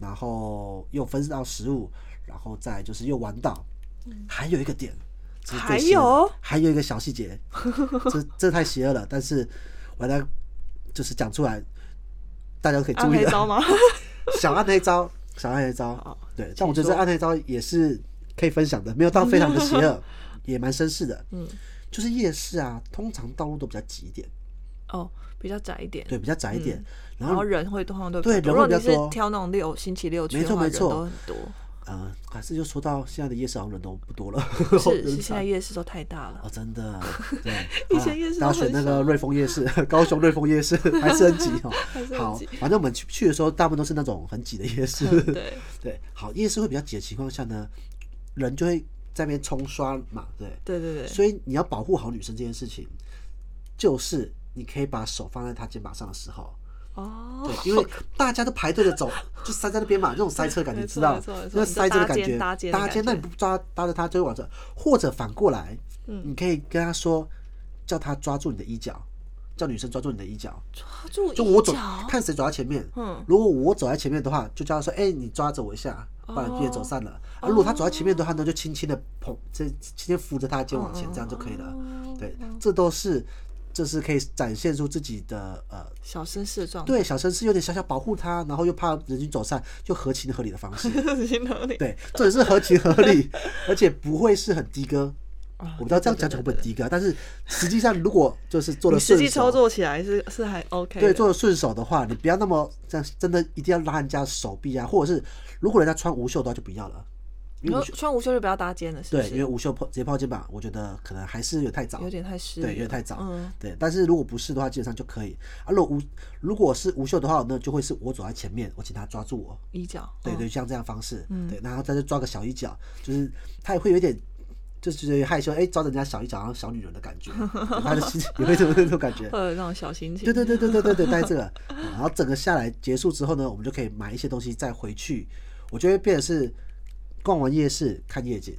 C: 然后又分到食物，然后再来就是又玩到，还有一个点，这是
B: 嗯
C: 最
B: 还
C: 邪恶的
B: 有
C: 还有一个小细节， 这这太邪恶了，但是我来就是讲出来，大家都可以
B: 暗
C: 注意
B: 黑
C: 的，
B: 啊招 吗？
C: 小暗黑招，小暗黑
B: 好
C: 招，对，
B: 哦请
C: 但我觉得这
B: 说
C: 暗黑招也是可以分享的，没有到非常的邪 恶，也蛮绅士的。
B: 嗯，
C: 就是夜市啊，通常道路都比较挤一点，
B: 哦，比较窄一点，
C: 对，比较窄一点。然
B: 嗯然后
C: 后，
B: 人会通常都比
C: 对
B: 较多如
C: 人
B: 果
C: 会比较
B: 你是
C: 多
B: 挑那种六星期六去
C: 没
B: 的
C: 错
B: 话，
C: 没
B: 人
C: 错
B: 都很多，
C: 呃，还是就说到现在的夜市好像人都不多了，
B: 是
C: 人
B: 是现在
C: 少
B: 夜市都太大了，
C: 哦，。真的，对
B: 以
C: 好啦
B: 前夜市
C: 大家
B: 都很
C: 选那
B: 少
C: 个瑞丰夜市， 高雄瑞丰 夜市还是很挤哦
B: 还是。很
C: 好
B: 挤，
C: 反正我们去去的时候，大部分都是 那种很挤的夜市。
B: 嗯对，
C: 对，好，夜市会比较挤的情况下呢，人就会在那边冲刷嘛，对。
B: 对对对，
C: 所以你要保护好女生这件事情，就是你可以把手放在她肩膀上的时候，
B: 哦，
C: 对，因为大家都排队的走， 就塞在那边嘛，那种塞车的感觉，
B: 没
C: 你
B: 错
C: 知道
B: 没错没，错
C: 那塞车的感
B: 你
C: 觉，
B: 就搭肩搭肩的感觉
C: 那你不抓搭着他就会往这，或者反过来，
B: 嗯
C: 你可以跟他说，叫他抓住你的衣角，叫女生抓住你的衣角，
B: 抓住
C: 就我
B: 衣
C: 走
B: 角，
C: 看谁走在前面。
B: 嗯，
C: 如果我走在前面的话，就叫他说，哎、你抓着我一下，
B: 哦
C: 不然别人走散了。啊，如果他走在前面的话呢，就轻轻的捧，这轻轻扶着他的肩往前，这样就可以了。
B: 哦
C: 对，这都是。这是可以展现出自己的呃
B: 小绅士的状态，
C: 对，小绅士有点小小保护他，然后又怕人群走散，就合情合理的 方式。
B: 行合理，
C: 对，这也是合情合理，而且不会是很的哥。
B: 啊
C: 我不知道这样讲讲会不会的哥，但是实际上如果就是做
B: 你
C: 的
B: 实
C: 顺
B: 际操
C: 手，
B: 作起来是是还 OK，
C: 对，
B: 的
C: 做的顺手的话，你不要那么这样，真的一定要拉人家手臂啊，或者是如果人家穿无袖的话就不要了，
B: 你
C: 因
B: 说
C: 为无袖
B: 穿无袖就不要搭肩了，是不
C: 对，
B: 是？
C: 因为无袖抛直接抛肩膀，我觉得可能还是有点太早
B: 有。点太湿，
C: 对，有点太早。
B: 嗯，
C: 对，但是如果不是的话，基本上就可以。啊，如果无如果是无袖的话，那就会是我走在前面，我请他抓住我，
B: 衣角，
C: 对
B: 嗯
C: 对，，像这样的方式，对，然后再就抓个小一脚，就是他也会有一点，就是觉得害羞，哎、抓着人家小一脚，然后小女人的感 觉，对他的心也会这种这种感觉。
B: 会有那种小心情，
C: 对对对对对对对，带这个，嗯然后整个下来结束之后呢，我们就可以买一些东西再回去，我就会变成是逛完夜市看夜景，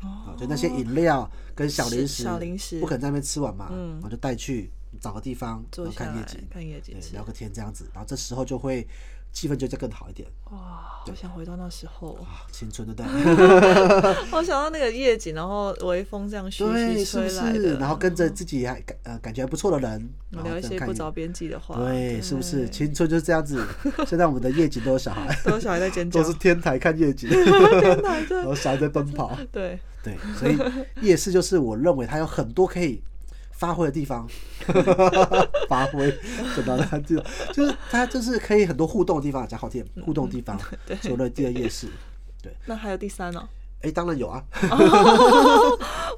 C: 啊，就那些饮料跟小
B: 是
C: 零食，
B: 小零食
C: 不可能在那边吃完嘛，
B: 嗯
C: 然后就带去找个地方，然
B: 坐
C: 后
B: 下
C: 看夜
B: 来
C: 景，
B: 看夜景
C: 对，
B: 是
C: 聊个天这样子，然后这时候就会气氛就再更好一点。
B: 哇，我想回到那时候，
C: 啊，青春对不对？
B: 我想到那个夜景，然后微风这样徐
C: 对，
B: 徐
C: 是不
B: 吹来
C: 是？
B: 的，嗯
C: 然后跟着自己还感呃感觉还不错的人，
B: 我
C: 然
B: 聊
C: 后
B: 一
C: 再
B: 些
C: 看
B: 不
C: 一
B: 着边际的话，
C: 对，是不是？
B: 对
C: 青春就是这样子。现在我们的夜景都有小孩，
B: 都有小孩在尖叫
C: 都，是天台看夜 景，
B: 天哪，
C: 然
B: 这
C: 后小孩在奔跑。
B: 对，
C: 对，所以夜市就是我认为它有很多可以发挥的地 方，发挥讲到它就就是它就是可以很多互动的地方，讲好听，互动的地方，所以我认为第二夜市。
B: 那还有第三哦，
C: 哎，当然有啊，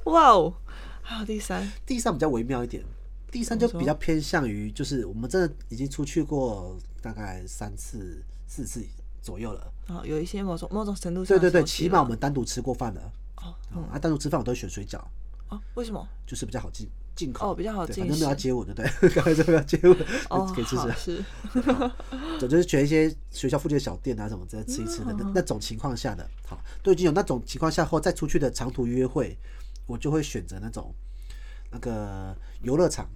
B: 哇哦，还有第三，
C: 第三比较微妙一点，第三就
B: 怎么说
C: 比较偏向于就是我们真的已经出去过大概三次、四次左右了。
B: 啊，有一些某种某种程度上
C: 对
B: 的
C: 对对，
B: 熟悉
C: 起码我
B: 了
C: 们单独吃过饭了。
B: 哦
C: 嗯，啊，单独吃饭我都会选水饺，
B: 哦，为什么？
C: 就是比较好进进口。
B: 哦比较好
C: 对
B: 进
C: 反正没有要
B: 食
C: 接吻，对不对？刚才说没有要接吻，
B: 哦，
C: 可以试
B: 好
C: 试。
B: 是
C: 总之，选一些学校附近的小店啊什么之类吃一吃的那那种情况下的，好，都已经有那种情况下后再出去的长途约会，我就会选择那种那个游乐场，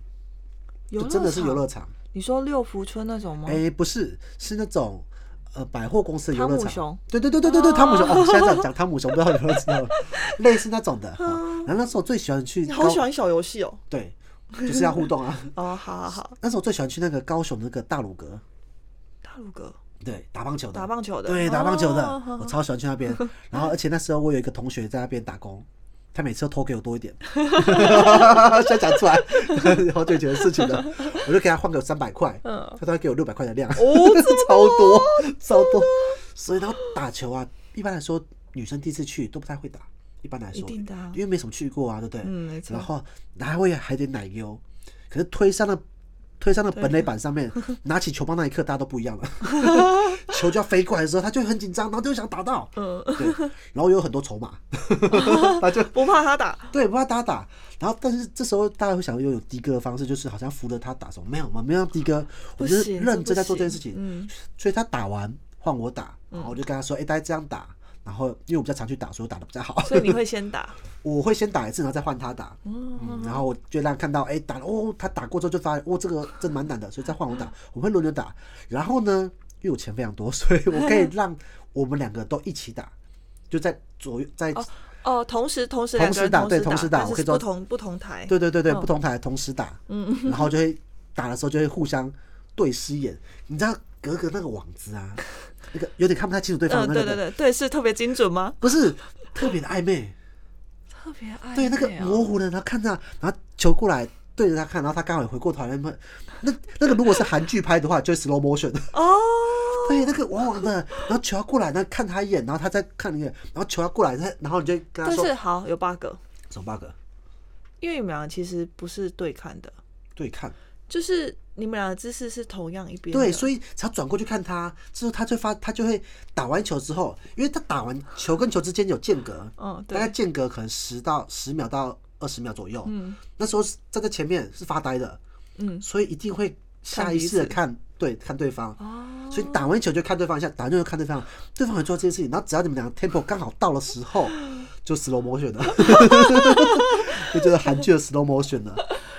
B: 游
C: 就真的是游
B: 场
C: 乐场。
B: 你说六福村那种吗？
C: 哎、不是，是那种呃百货公司的游
B: 汤
C: 乐
B: 姆
C: 场
B: 熊。
C: 对对对对对对，汤姆熊。哦，现在讲讲汤姆熊，不知道有没有知道，类似那种的。哈然后那时候我最喜欢去
B: 你
C: 高，
B: 好喜欢小游戏哦。
C: 对，就是要互动啊。
B: 哦，好好好，
C: 那时候我最喜欢去那个高雄的那个大鲁阁，
B: 大陆哥
C: 对，打棒球的。
B: 打棒球的，
C: 对，打棒球的，
B: 哦
C: 我超喜欢去 那边。然后，而且那时候我有一个同学在那边打工，他每次都偷给我多 一点，现在讲出来，好久以前的事情了。我就给他换个三百块，
B: 嗯
C: 他都会给我六百块的 量，
B: 哦
C: 超多超多。所以，然后打球啊，一般来说女生第一次去都不太会打，一般来说，
B: 一定的啊
C: 因为没什么去过啊，对不对？
B: 嗯没错
C: 然后还会还得奶油，可是推上了。推上了本垒板上 面，拿起球棒那一刻，大家都不一样了。球就要飞过来的时候，他就很紧张，然后就想打到，
B: 嗯，
C: 对，然后有很多筹码，他就
B: 不怕他打，
C: 对不怕打打，然后但是这时候大家会想用有的哥的方式，就是好像扶着他打什么，没有，我们没有的哥，我
B: 不
C: 们就
B: 行
C: 是认真在做这件事
B: 这不行
C: 情
B: 嗯，
C: 所以他打完换我打，然后我就跟他说，哎，大家这样打，然后因为我比较常去打，所以我打的比较好，
B: 所以你会先打。
C: 我会先打一次，然后再换他打，
B: 哦
C: 嗯，然后我就让他看到，哎、打了哦，他打过之后就发现，哦，这个真蛮难的，所以再换我
B: 嗯
C: 打，我们会轮流打。然后呢，因为我钱非常多，所以我可以让我们两个都一起打，就在左右在，
B: 哦哦，同时同时
C: 同
B: 两个
C: 时
B: 人
C: 打对
B: 同
C: 同时打
B: 但是
C: 我可以
B: 不
C: 做
B: 同不同台。
C: 对对对对，
B: 哦
C: 不同台同时打，嗯，然后就会打的时候就会互相对视一眼，你知道格格那个网子 啊，那个有点看不太清楚对方
B: 嗯，
C: 的那
B: 对
C: 个
B: 对
C: 的，
B: 对对，是特别精准吗？
C: 不是特别的暧昧。
B: 特别爱
C: 对，那个模糊的，然后看着，然后球过来对着他看，然后他刚好也回过头来，那那那个如果是韩剧拍的话，就是 slow motion，
B: 哦，
C: 对，那个往往的，然后球要过来，那看他一眼，然后他再看你一眼，然后球要过来，他然后你就跟他
B: 但
C: 说
B: 是好有 bug，
C: 什么 bug？
B: 因为你们俩其实不是对看的，
C: 对看，
B: 就是你们俩的姿势是同样一边的，
C: 对，所以才转过去看他，之后他就发，他就会打完球之后，因为他打完球跟球之间有间隔，
B: 嗯，
C: 大概
B: 对，
C: 间隔可能十到十秒到二十秒左右。
B: 嗯
C: 那时候是站在前面是发呆的，
B: 嗯，
C: 所以一定会下意识的看，对，看对方。
B: 哦，
C: 所以打完球就看对方一下，打完球就看对方，对方也做这件事情，然后只要你们两个 tempo 刚好到的时候， 就 slow motion 了， 就觉得韩剧的 slow motion 了，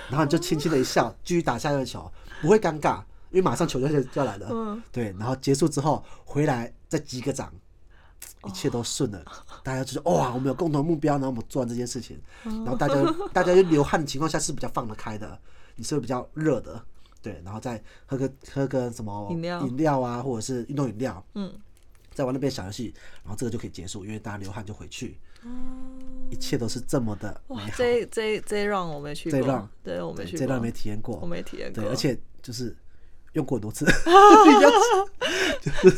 C: 然后你就轻轻的一笑，继续打下一个球，不会尴尬，因为马上球就要来了。
B: 嗯，
C: 对，然后结束之后回来再击个掌，一切都顺了，大家就说哇，我们有共同目标，然后我们做完这件事情，
B: 哦
C: 然后大家大家就流汗的情况下是比较放得开的，你是会比较热的，对，然后再喝个喝个什么
B: 饮料
C: 饮料啊，或者是运动饮料，
B: 嗯，
C: 再玩那边小游戏，然后这个就可以结束，因为大家流汗就回去，一切都是这么的美
B: 哦哇，
C: 好，
B: 这一这一这一让我没去
C: 这一
B: 过
C: 让，
B: 对，我没
C: 对，
B: 去
C: 这
B: 过，
C: 段没体验
B: 我
C: 过，
B: 没体验过，
C: 对，而且就是用过很多次。，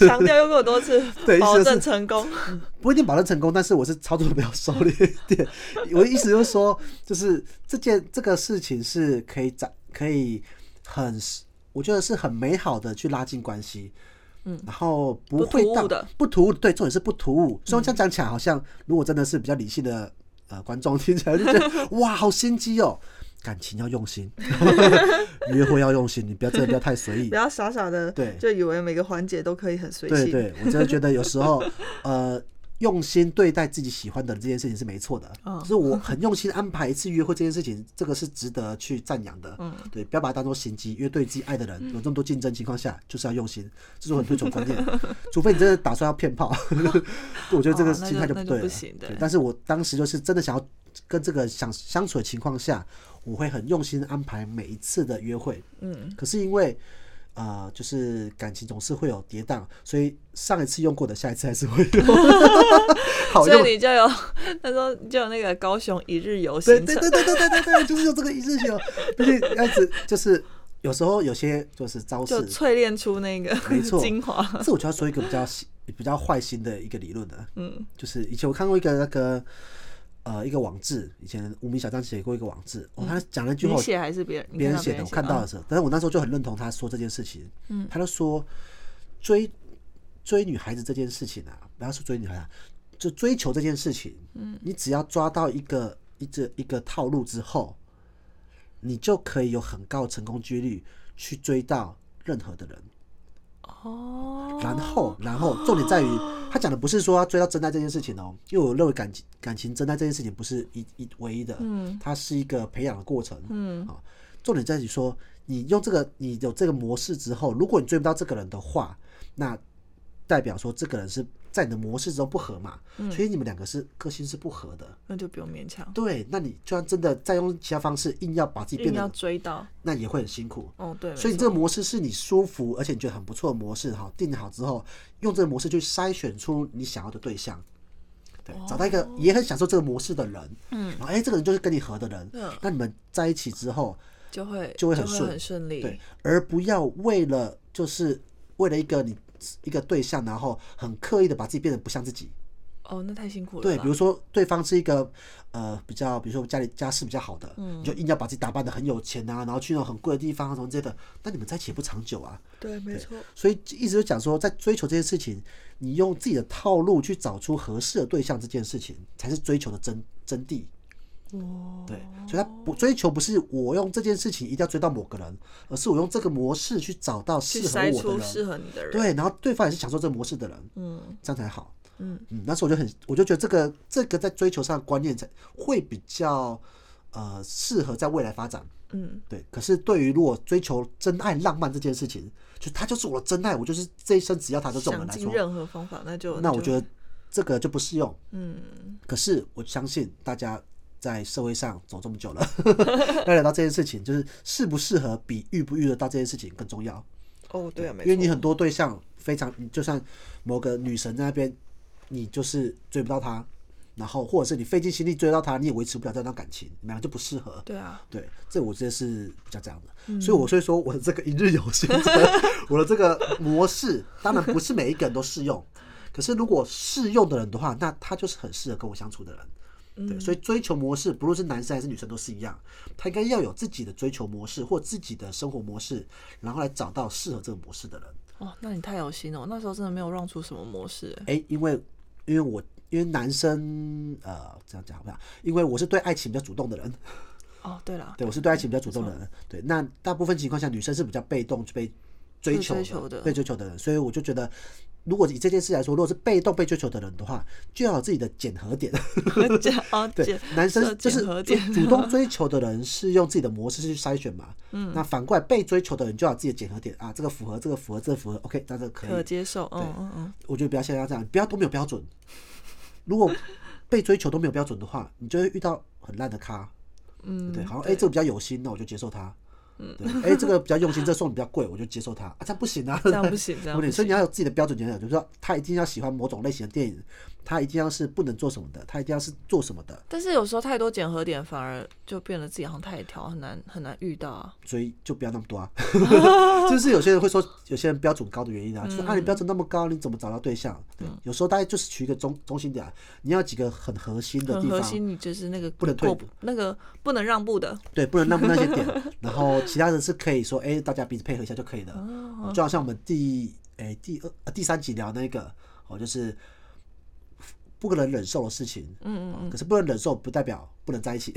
B: 强调用过多次
C: 对意思
B: 保
C: 就是
B: 证成 功，
C: 不一定保证成功，但是我是操作比较收敛一点。我的意思就是说，就是这件这个事情是可以展，可以很，我觉得是很美好的去拉近关系。
B: 嗯，
C: 然后不
B: 不
C: 会
B: 突
C: 到
B: 兀的
C: 不突兀，对，重点是不突兀。虽然这样讲起来好像，如果真的是比较理性的呃观众听起来就觉得哇，好心机哦。感情要用心， 约会要用心，你不要真的不要太随意
B: 不。要傻傻的，
C: 对
B: 就以为每个环节都可以很随
C: 对
B: 性，
C: 对，我真的觉得有时候，呃，用心对待自己喜欢的人这件事情是没错的，
B: 嗯
C: 就 是我很用心安排一次约会这件事情，这个是值得去赞扬的。
B: 嗯
C: 对，不要把它当做心机，因为对自己爱的人有这么多竞争情况下，就是要用心，这是我很推崇观念。 除非你真的打算要骗炮， 我觉得这个
B: 哦那就
C: 心态就不
B: 那就
C: 对了。
B: 不行对
C: 对，但是我当时就是真的想要跟这个想相处的情况下，我会很用心安排每一次的约会。
B: 嗯，
C: 可是因为呃，就是感情总是会有跌宕，所以上一次用过的，下一次还是会 用。好
B: 所
C: 哦用，
B: 以你就有那时候就有那个高雄一日游
C: 对
B: 行
C: 对
B: 程，
C: 对对对对对对，就是有这个意识性哦。毕竟这样子就是有时候有些就是招式
B: 就，淬炼出那个
C: 没错
B: 精华，
C: 这我就要说一个比较新比较坏心的一个理论了，
B: 嗯
C: 就是以前我看过一个那个。呃，一个网志，以前无名小站写过一个网志，哦，他讲了一句话，
B: 你
C: 我
B: 写还是别人？你
C: 别人
B: 看
C: 写的，我看到
B: 吗
C: 的时候，但是我那时候就很认同他说这件事情。
B: 嗯
C: 他就说追追女孩子这件事情啊，不要说追女孩啊，就追求这件事情，嗯，你只要抓到一个一这一个套路之后，你就可以有很高的成功几率去追到任何的人。
B: 哦，
C: 然后，然后重点在于，他讲的不是说要追到真爱这件事情哦，因为我认为感情感情真爱这件事情不是一一唯一的，
B: 嗯
C: 它是一个培养的过程，
B: 嗯
C: 啊，重点在于说，你用这个你有这个模式之后，如果你追不到这个人的话，那代表说这个人是在你的模式中不合嘛，
B: 嗯
C: 所以你们两个是个性是不合的。
B: 那就不用勉强，
C: 对，那你就算真的再用其他方式硬要把自己
B: 硬
C: 变
B: 要
C: 得，
B: 追到，
C: 那也会很辛苦。
B: 哦对，
C: 所以你这个模式是你舒服，而且你觉得很不错的模式哈，定好之后，用这个模式去筛选出你想要的对象，对，找到一个也很享受这个模式的人，哦嗯，然后哎、这个人就是跟你合的人，
B: 嗯
C: 那你们在一起之后，
B: 就会
C: 就会很顺
B: 很顺
C: 对
B: 利，，
C: 而不要为了就是为了一个你一个对象，然后很刻意的把自己变得不像自己，
B: 哦，那太辛苦了
C: 对，
B: 啦，
C: 比如说对方是一个呃比较，比如说家里家世比较好的，你就硬要把自己打扮的很有钱啊，然后去那种很贵的地方啊什么之类的，那你们在一起也不长久啊，
B: 对，没错，
C: 所以一直就讲说，在追求这件事情，你用自己的套路去找出合适的对象，这件事情才是追求的真真谛。
B: 哦，
C: 对，所以他不追求不是我用这件事情一定要追到某个人，而是我用这个模式去找到
B: 去
C: 适合
B: 筛
C: 我
B: 出
C: 的
B: 适
C: 人。
B: 合你的人，
C: 对，然后对方也是享受这个模式的人，
B: 嗯
C: 这样才好。
B: 嗯
C: 嗯，那时候我就很，我就觉得这个这个在追求上的观念才会比较呃适合在未来发展。
B: 嗯，
C: 对，可是对于如果追求真爱浪漫这件事情，就他就是我的真爱，我就是这一生只要他的这种人
B: 想
C: 来
B: 尽
C: 说，
B: 任何方法，那就
C: 那我觉
B: 得，
C: 得这个就不适用。
B: 嗯，
C: 可是我相信大家在社会上走这么 久了，了解到这件事情，就是适不适合比遇不遇得到这件事情更重要。
B: 哦，对啊，没
C: 因为你
B: 错
C: 很多对象非常，你就算某个女神在那边，你就是追不到她，然后或者是你费尽心力追到她，你也维持不了这段感情，你们俩就不适合。
B: 对啊，
C: 对，这我觉得是比较这样的，所以我所以说我的这个一日游行程， 我的这个模式，当然不是每一个人都适用，可是如果适用的人的话，那他就是很适合跟我相处的人，对，所以追求模式，不论是男生还是女生都是一样，他应该要有自己的追求模式或自己的生活模式，然后来找到适合这个模式的人。
B: 哦，那你太有心了，我那时候真的没有让出什么模式。哎
C: 哎、因为因为我因为男生呃这样讲好不好？因为我是对爱情比较主动的人，
B: 哦，对了，
C: 对我是对爱情比较主动的人。对，那大部分情况下女生是比较被动被追求
B: 被追求的
C: 被追求的人，所以我就觉得。如果以这件事来说，如果是被动被追求的人的话，就要有自己的检核点。
B: 这哦，
C: 对
B: 姐，
C: 男
B: 设
C: 生就
B: 检
C: 是
B: 核
C: 主
B: 点
C: 主动追求的人是用自己的模式去筛选嘛，嗯，那反过来被追求的人就要有自己的检核点啊，这个符合，这个符合，这个符合，OK，那这个可以，
B: 可接受，嗯嗯嗯，
C: 我觉得不要像他这样，不要都没有标准。 如果被追求都没有标准的话，你就会遇到很烂的咖。嗯，对，好像哎、这个比较有心，那我就接受他。嗯，对，哎、这个比较用心，这个送的比较贵，我就接受他。啊，这样不行啊，
B: 这样不行，这样不
C: 对，所
B: 行。
C: 以你要有自己的标准检讨，就是说他一定要喜欢某种类型的电影，他一定要是不能做什么的，他一定要是做什么的。
B: 但是有时候太多检核点，反而就变得自己好像太挑，很难很难遇到啊。
C: 所以就不要那么 多啊。就是有些人会说，有些人标准高的原
B: 嗯
C: 因啊，就是啊，你标准那么高，你怎么找到对象？对，有时候大家就是取一个中中心点啊，你要几个很核心的
B: 很
C: 地
B: 核
C: 方，
B: 心，你就是那个
C: 不能退
B: 过
C: 步啊
B: 那个不能让步的。
C: 对，不能那么那些点，然后其他的是可以说，哎、大家彼此配合一下就可以的。哦就好像我们第哎、第二、呃、第三集聊那个哦，就是不能忍受的事情，
B: 嗯哦
C: 嗯嗯，可是不能忍受不代表不能在一起，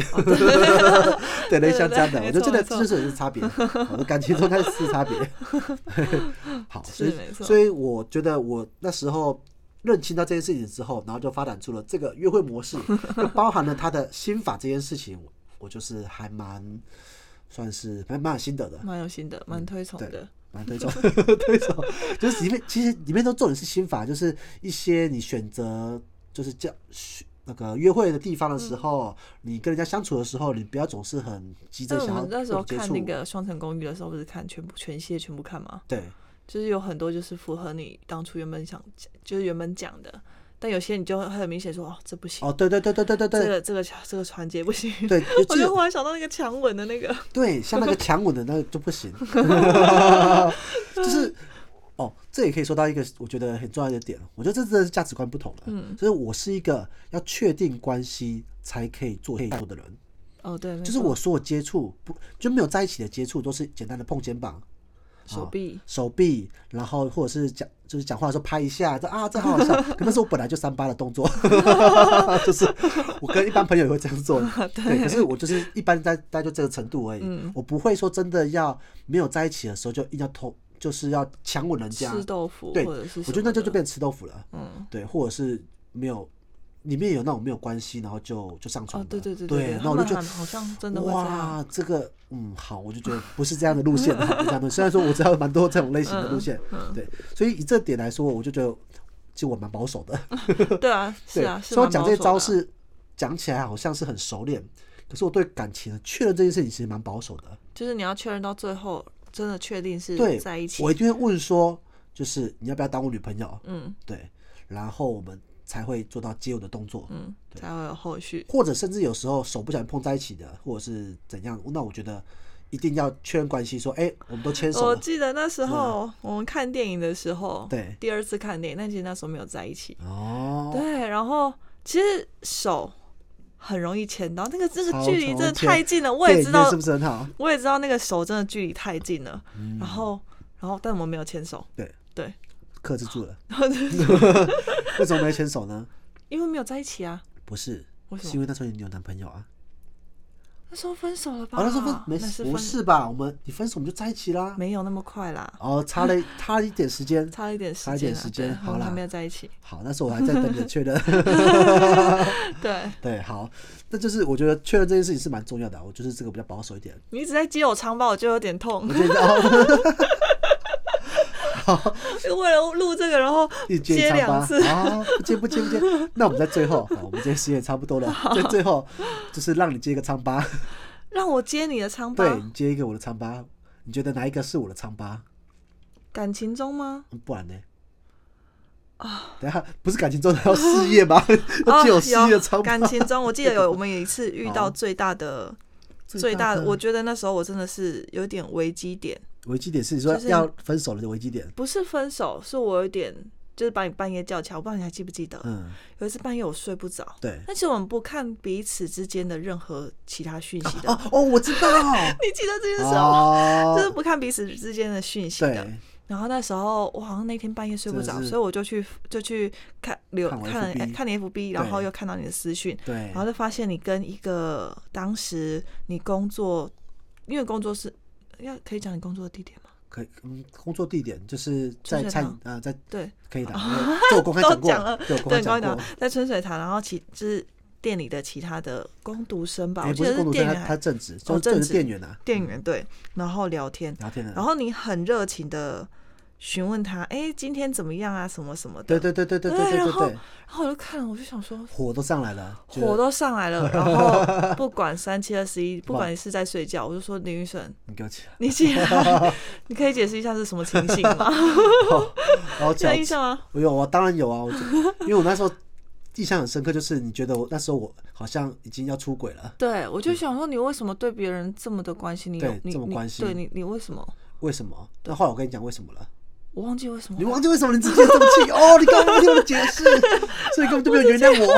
C: 对类
B: 对
C: 像这样的，
B: 对
C: 我觉得这个
B: 没错没错
C: 这就是差别，我的感情中它是差别。 好，所以
B: 是没错
C: 所以我觉得我那时候。认清到这件事情之后，然后就发展出了这个约会模式，又包含了他的心法这件事情，我我就是还蛮算是蛮蛮有心得的，
B: 蛮有心的，
C: 嗯
B: 蛮推崇的。
C: 蛮推崇 推崇，就是里面其实里面都重点是心法，就是一些你选择就是叫那个约会的地方的时候，
B: 嗯
C: 你跟人家相处的时候，你不要总是很急
B: 但
C: 着
B: 我
C: 想
B: 们
C: 要
B: 嗯那时候
C: 有接
B: 看
C: 触
B: 那，个《双城公寓》的时候，不是看全部全系列全部看吗？
C: 对
B: 就是有很多就是符合你当初原本想，就是原本讲的，但有些你就会很明显说哦，这不行，
C: 哦，对对对对对对
B: 这
C: 对
B: 个这个这个环节不行。
C: 对，就
B: 我
C: 这
B: 就
C: 个
B: 忽然想到那个强吻的那 个，
C: 对，像那个强吻的那个就不行，就是哦，这也可以说到一个我觉得很重要的点，我觉得这真的是价值观不同了。嗯，就是我是一个要确定关系才可以做可以做的人，
B: 哦对，没
C: 就是
B: 错
C: 我所有接触不就没有在一起的接触都是简单的碰肩膀、
B: 手臂，
C: 手臂，然后或者是讲就是讲话的时候拍一下，这啊这好 好笑，可那是我本来就三八的动作， 就是我跟一般朋友也会这样 做，对，可是我就是一般在在就这个程度而已，
B: 嗯
C: 我不会说真的要没有在一起的时候就硬要偷，就是要强吻人家，
B: 吃豆腐
C: 对，
B: 或者是
C: 我
B: 什
C: 觉得
B: 么
C: 那就
B: 的
C: 就变成吃豆腐了，嗯，对，或者是没有里面有那种没有关系，然后就就上床
B: 哦
C: 的，
B: 对对对
C: 对，
B: 他
C: 那我就
B: 们
C: 觉
B: 好
C: 得
B: 好像真的会这样，
C: 哇，这个嗯好，我就觉得不是这样的路线，不是这样的。虽然说我知道蛮多这种类型的路线，
B: 嗯
C: 对，所以以这点来说，我就觉得其实我蛮保守的。
B: 对啊是
C: 对，
B: 啊，是
C: 虽然
B: 蛮
C: 讲
B: 保
C: 这
B: 守
C: 招
B: 的啊
C: 是讲起来好像是很熟练，可是我对感情的确认这件事情其实蛮保守的。
B: 就是你要确认到最后真的确定是
C: 对，
B: 在一起
C: 我一，定会问说，就是你要不要当我女朋友？
B: 嗯
C: 对，然后我们才会做到接吻的动作。
B: 嗯，才会有后续。
C: 或者甚至有时候手不小心碰在一起的，或者是怎样，那我觉得一定要确认关系，说，哎、我们都牵手
B: 我
C: 了，啊
B: 记得那时候我们看电影的时候，
C: 对
B: 第二次看电影，但其实那时候没有在一起。
C: 哦，
B: 对，然后其实手很容易牵到，那个这
C: 超
B: 个距离
C: 超
B: 真的
C: 牵
B: 太近了，我也
C: 对
B: 知道
C: 是，嗯不是很好？
B: 我也知道那个手真的距离太近了。然后，然后但我们没有牵手，
C: 对，
B: 对，
C: 克制住了。为什么没牵手呢？
B: 因为没有在一起啊。
C: 不是，
B: 为什
C: 是
B: 么
C: 因为那时候你有男朋友啊。
B: 那时候分手了吧？
C: 啊，那时候分没
B: 那是
C: 不
B: 分
C: 是吧？我们你分手我们就在一起啦。
B: 没有那么快啦，
C: 哦，差了差了一点时间。
B: 差一点时
C: 差一
B: 间
C: 点
B: 啊，
C: 时间
B: 对
C: 好
B: 我们
C: 啦
B: 还没有在一 起。
C: 好，那时候我还在等你的 确认。
B: 对
C: 对，好，那就是我觉得确认这件事情是蛮重要的啊。我就是这个比较保守 一点。
B: 你一直在接我长包，我就有点痛。
C: 我觉得哦，
B: 为了录这个，然后
C: 一接
B: 接
C: 一唱
B: 两
C: 吧
B: 次，
C: 啊，不接不接不接。那我们在最后，好，我们今天时间也差不 多了，在最后就是让你接一个唱吧，
B: 让我接你的长包。
C: 对你接一个我的唱吧，你觉得哪一个是我的唱吧？
B: 感情中吗？
C: 嗯不然呢？啊，等一下不是感情中的要事业吗？要借
B: 哦啊有
C: 有事业的唱吧
B: 感情中，我记 得有我们有一次遇到
C: 好
B: 最大的
C: 最
B: 最
C: 大
B: 大
C: 的
B: 的，我觉得那时候我真的是有点危机点，
C: 危机点是你说
B: 就是
C: 要分手了的危机点
B: 不是分手，是我有点就是把你半夜叫起来，我不知道你还记不记得，
C: 嗯，
B: 有一次半夜我睡不着，
C: 对。
B: 但是我们不看彼此之间的任何其他讯息 的，
C: 哦哦，我知道。
B: 你记得这件事吗？ 就是
C: 哦，
B: 不看彼此之间的讯息的。
C: 对，
B: 然后那时候我好像那天半夜睡不
C: 真
B: 着，
C: 的是
B: 所以我就去就去看留
C: 看我
B: 看
C: FB
B: 看你 FB，然后又看到你的私讯，
C: 对，
B: 然后就发现你跟一个当时你工作，因为工作是要可以讲你工作的地点吗？
C: 可以，嗯，工作地点就是在
B: 就是
C: 餐
B: 那
C: 呃，在
B: 对，
C: 可以的，因为这我公开讲
B: 都讲
C: 过
B: 了，
C: 这我公
B: 对，
C: 开
B: 你刚
C: 讲
B: 刚
C: 过
B: 讲。在春水堂，然后其就是店里的其他的工读生吧，
C: 哎，
B: 我记
C: 不
B: 得
C: 是工读
B: 店
C: 生，他
B: 员
C: 他
B: 还
C: 正职，
B: 哦
C: 就正
B: 正
C: 职
B: 职
C: 店员啊，
B: 店员对，然后聊天，
C: 聊天的。
B: 然后你很热情的询问他，哎、今天怎么样啊，什么什么的。
C: 对对对对对对
B: 对
C: 对
B: 然
C: 对
B: 后
C: 对，
B: 然后我就看了，我就想说，
C: 火都上来了，觉得
B: 火都上来了，然后 不管三七二十一，不管你是在睡觉，我就说林雨沈，
C: 你给我起来。
B: 你起 来，你可以解释一下是什么情形吗？
C: 然后
B: 有
C: 讲
B: 印象吗？
C: 我有啊，当然有啊，我就因为我那时候印象很深刻，就是你觉得我那时候我好像已经要出轨了，
B: 对，我就想说你为什么对别人这么的关心？你有
C: 对
B: 你
C: 这么
B: 你
C: 关心
B: 对你你为什么？
C: 为什么？那后来我跟你讲为什么了，
B: 我忘记为什么
C: 你。忘记为什么你直接这么气哦？你刚刚不听我的解释，所以根本就没有原谅我，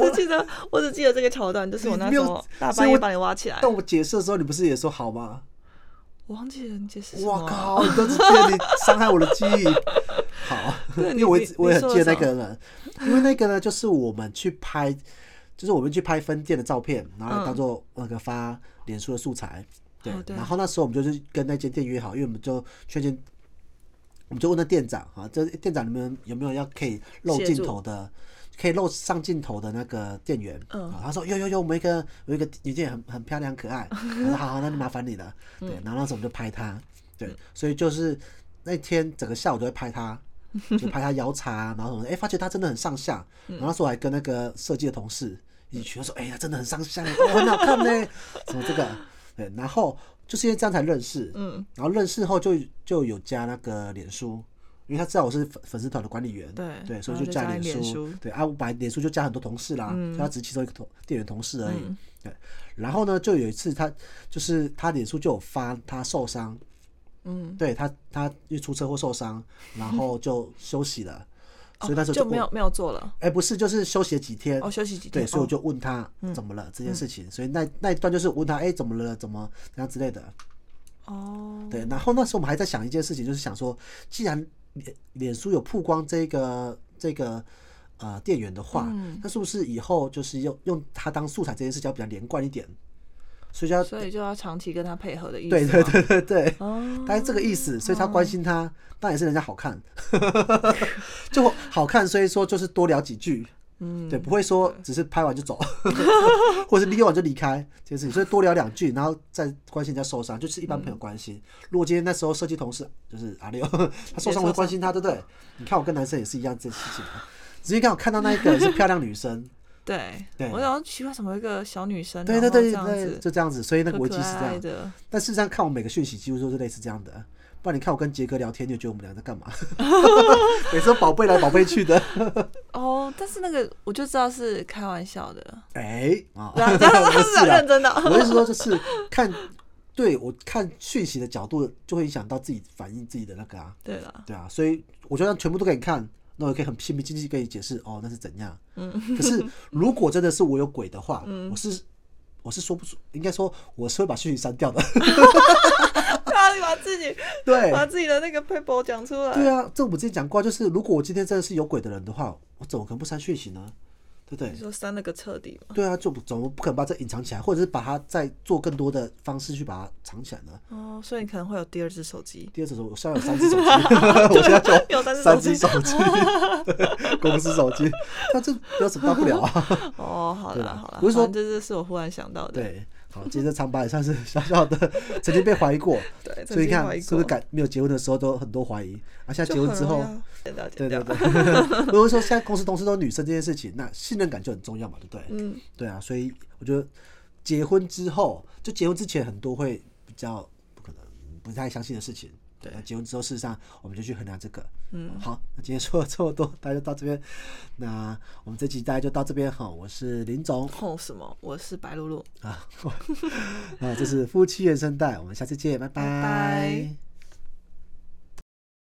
B: 我只记得，我只记得这个桥段，就是我那
C: 没
B: 时
C: 有
B: 候大
C: 所以
B: 半夜
C: 我
B: 把你挖起来，
C: 但我解释的时候你不是也说好吗？
B: 我忘记了你解释什么
C: 我
B: 了。
C: 靠，你都是觉得你伤害我的记忆。好，
B: 对
C: 因
B: 你
C: 为我一
B: 你
C: 直我也
B: 你
C: 很
B: 说
C: 记
B: 了
C: 得那个人，因为那个呢，就是我们去拍，就是我们去拍分店的照片，然后
B: 嗯
C: 当做那个发脸书的素材。对
B: 哦，对
C: 然后那时候我们就是跟那间店约好，因为我们就确定，我们就问那店长啊，这店长你们有没有要可以露
B: 协
C: 镜
B: 助
C: 头的，可以露上镜头的那个店员？
B: 嗯
C: 啊，他说有有有，我们一个有一个女店员很很漂亮可爱，我说好好，那就麻烦你了。对，然后那时候我们就拍她，对，所以就是那天整个下午都在拍她，就拍她摇茶，然后什么的，哎、发觉她真的很上相。然后那时候我还跟那个设计的同事一起去，我说哎呀、真的很上相，哦很好看呢，什么这个，对，然后就是因为这样才认识，
B: 嗯，
C: 然后认识后就就有加那个脸书，因为他知道我是粉粉丝团的管理员，
B: 对
C: 对，所以
B: 然后就
C: 加
B: 加
C: 脸
B: 脸
C: 书
B: 书，
C: 对啊，我把脸书就加很多同事啦，
B: 嗯
C: 所以他只是其中一个同店员同事而已，
B: 嗯
C: 对。然后呢，就有一次他就是他脸书就有发他受伤，
B: 嗯，
C: 对他他因为出车祸受伤，然后就休息 了，所以那时
B: 哦
C: 候
B: 就没
C: 问
B: 有没有做了，
C: 哎、不是，就是休息了几天
B: 哦，休息几天。
C: 对，所以
B: 哦
C: 我
B: 嗯
C: 就问他怎么了、这件事情，所以那那一段就是我问他，哎、怎么了，怎么怎样之类的。
B: 哦，
C: 对，然后那时候我们还在想一件事情，就是想说，既然脸脸书有曝光这个这个呃店员的话，
B: 嗯
C: 那是不是以后就是用用它当素材这件事情要比较连贯一点？所以就要
B: 哦所以就要长期跟他配合的意思。
C: 对对。对对对，
B: 哦，
C: 大概这个意思，所以他关心他，当然也是人家好看， 就好看，所以说就是多聊几句，
B: 嗯，
C: 对，不会说只是拍完就走， 或者是溜完就离开这件事情，所以多聊两句，然后再关心人家受伤，就是一般朋友关
B: 嗯
C: 心。如果今天那时候设计同事就是阿 六，他受伤我会关心他，对不对？你看我跟男生也是一样这件事情啊，只是刚好看到那一个人是漂亮女生，
B: 对，
C: 对
B: 我想奇怪，怎么有一个小女生，
C: 对
B: 然后
C: 对对
B: 这样
C: 对，
B: 子
C: 就这样子，所以那
B: 可
C: 个
B: 可
C: 危机是这
B: 爱爱
C: 样。
B: 的，
C: 但事实上，看我每个讯息几乎都是类似这样的。不然你看我跟杰哥聊天，你就觉得我们俩在干嘛？每次都宝贝来宝贝去的。
B: 哦，但是那个我就知道是开玩笑 的，
C: 哎啊，
B: 然后 他
C: 不 是
B: 是
C: 啦
B: 认真的，
C: 我意思说，就是看，对我看讯息的角度，就会影响到自己反映自己的那个啊，
B: 对了，
C: 对啊，所以我就让全部都给你看，那我可以很平平静静跟你解释，哦，那是怎样。
B: 嗯，
C: 可是如果真的是我有鬼的话，
B: 嗯
C: 我是我是说不出，应该说我是会把讯息删掉的。
B: 他把自己
C: 对
B: 把自己的那个 paper 讲出来，
C: 对啊，这我们之前讲过啊，就是如果我今天真的是有鬼的人的话，我怎么可能不删讯息呢？对不对
B: 你？说删了个彻底嘛，
C: 对啊，就不怎么不可能把这隐藏起来，或者是把它再做更多的方式去把它藏起来呢？
B: 哦，所以你可能会有第二只手机，
C: 第二次说，我现在有三只手 机，我现在就
B: 有三只
C: 哦啊三
B: 手
C: 只
B: 机
C: 手机，公司手机，那这有什么大不了 啊？
B: 哦，好
C: 对
B: 了
C: 啦
B: 好了，
C: 我是说
B: 反正这是我忽然想到的，
C: 对，好，其实这长白也算是小小的，曾经被怀疑过，
B: 对，
C: 所以你看是不是
B: 改
C: 感没有结婚的时候都很多怀疑，啊，现在结婚之后，
B: 剪掉剪
C: 对对
B: 掉，
C: 对， 如果说现在公司同事都是女生这件事情，那信任感就很重要嘛，对不对？
B: 嗯，
C: 对啊，所以我觉得结婚之后，就结婚之前很多会比较不可能不太相信的事情。
B: 对
C: 那结婚之后，事实上我们就去衡量这个。
B: 嗯，
C: 好，那今天说了这么多，大家就到这边。那我们这集大家就到这边哈，我是林总
B: 吼什么？我是白 露露。
C: 啊，那这是夫妻原声带，我们下次见，拜
B: 拜拜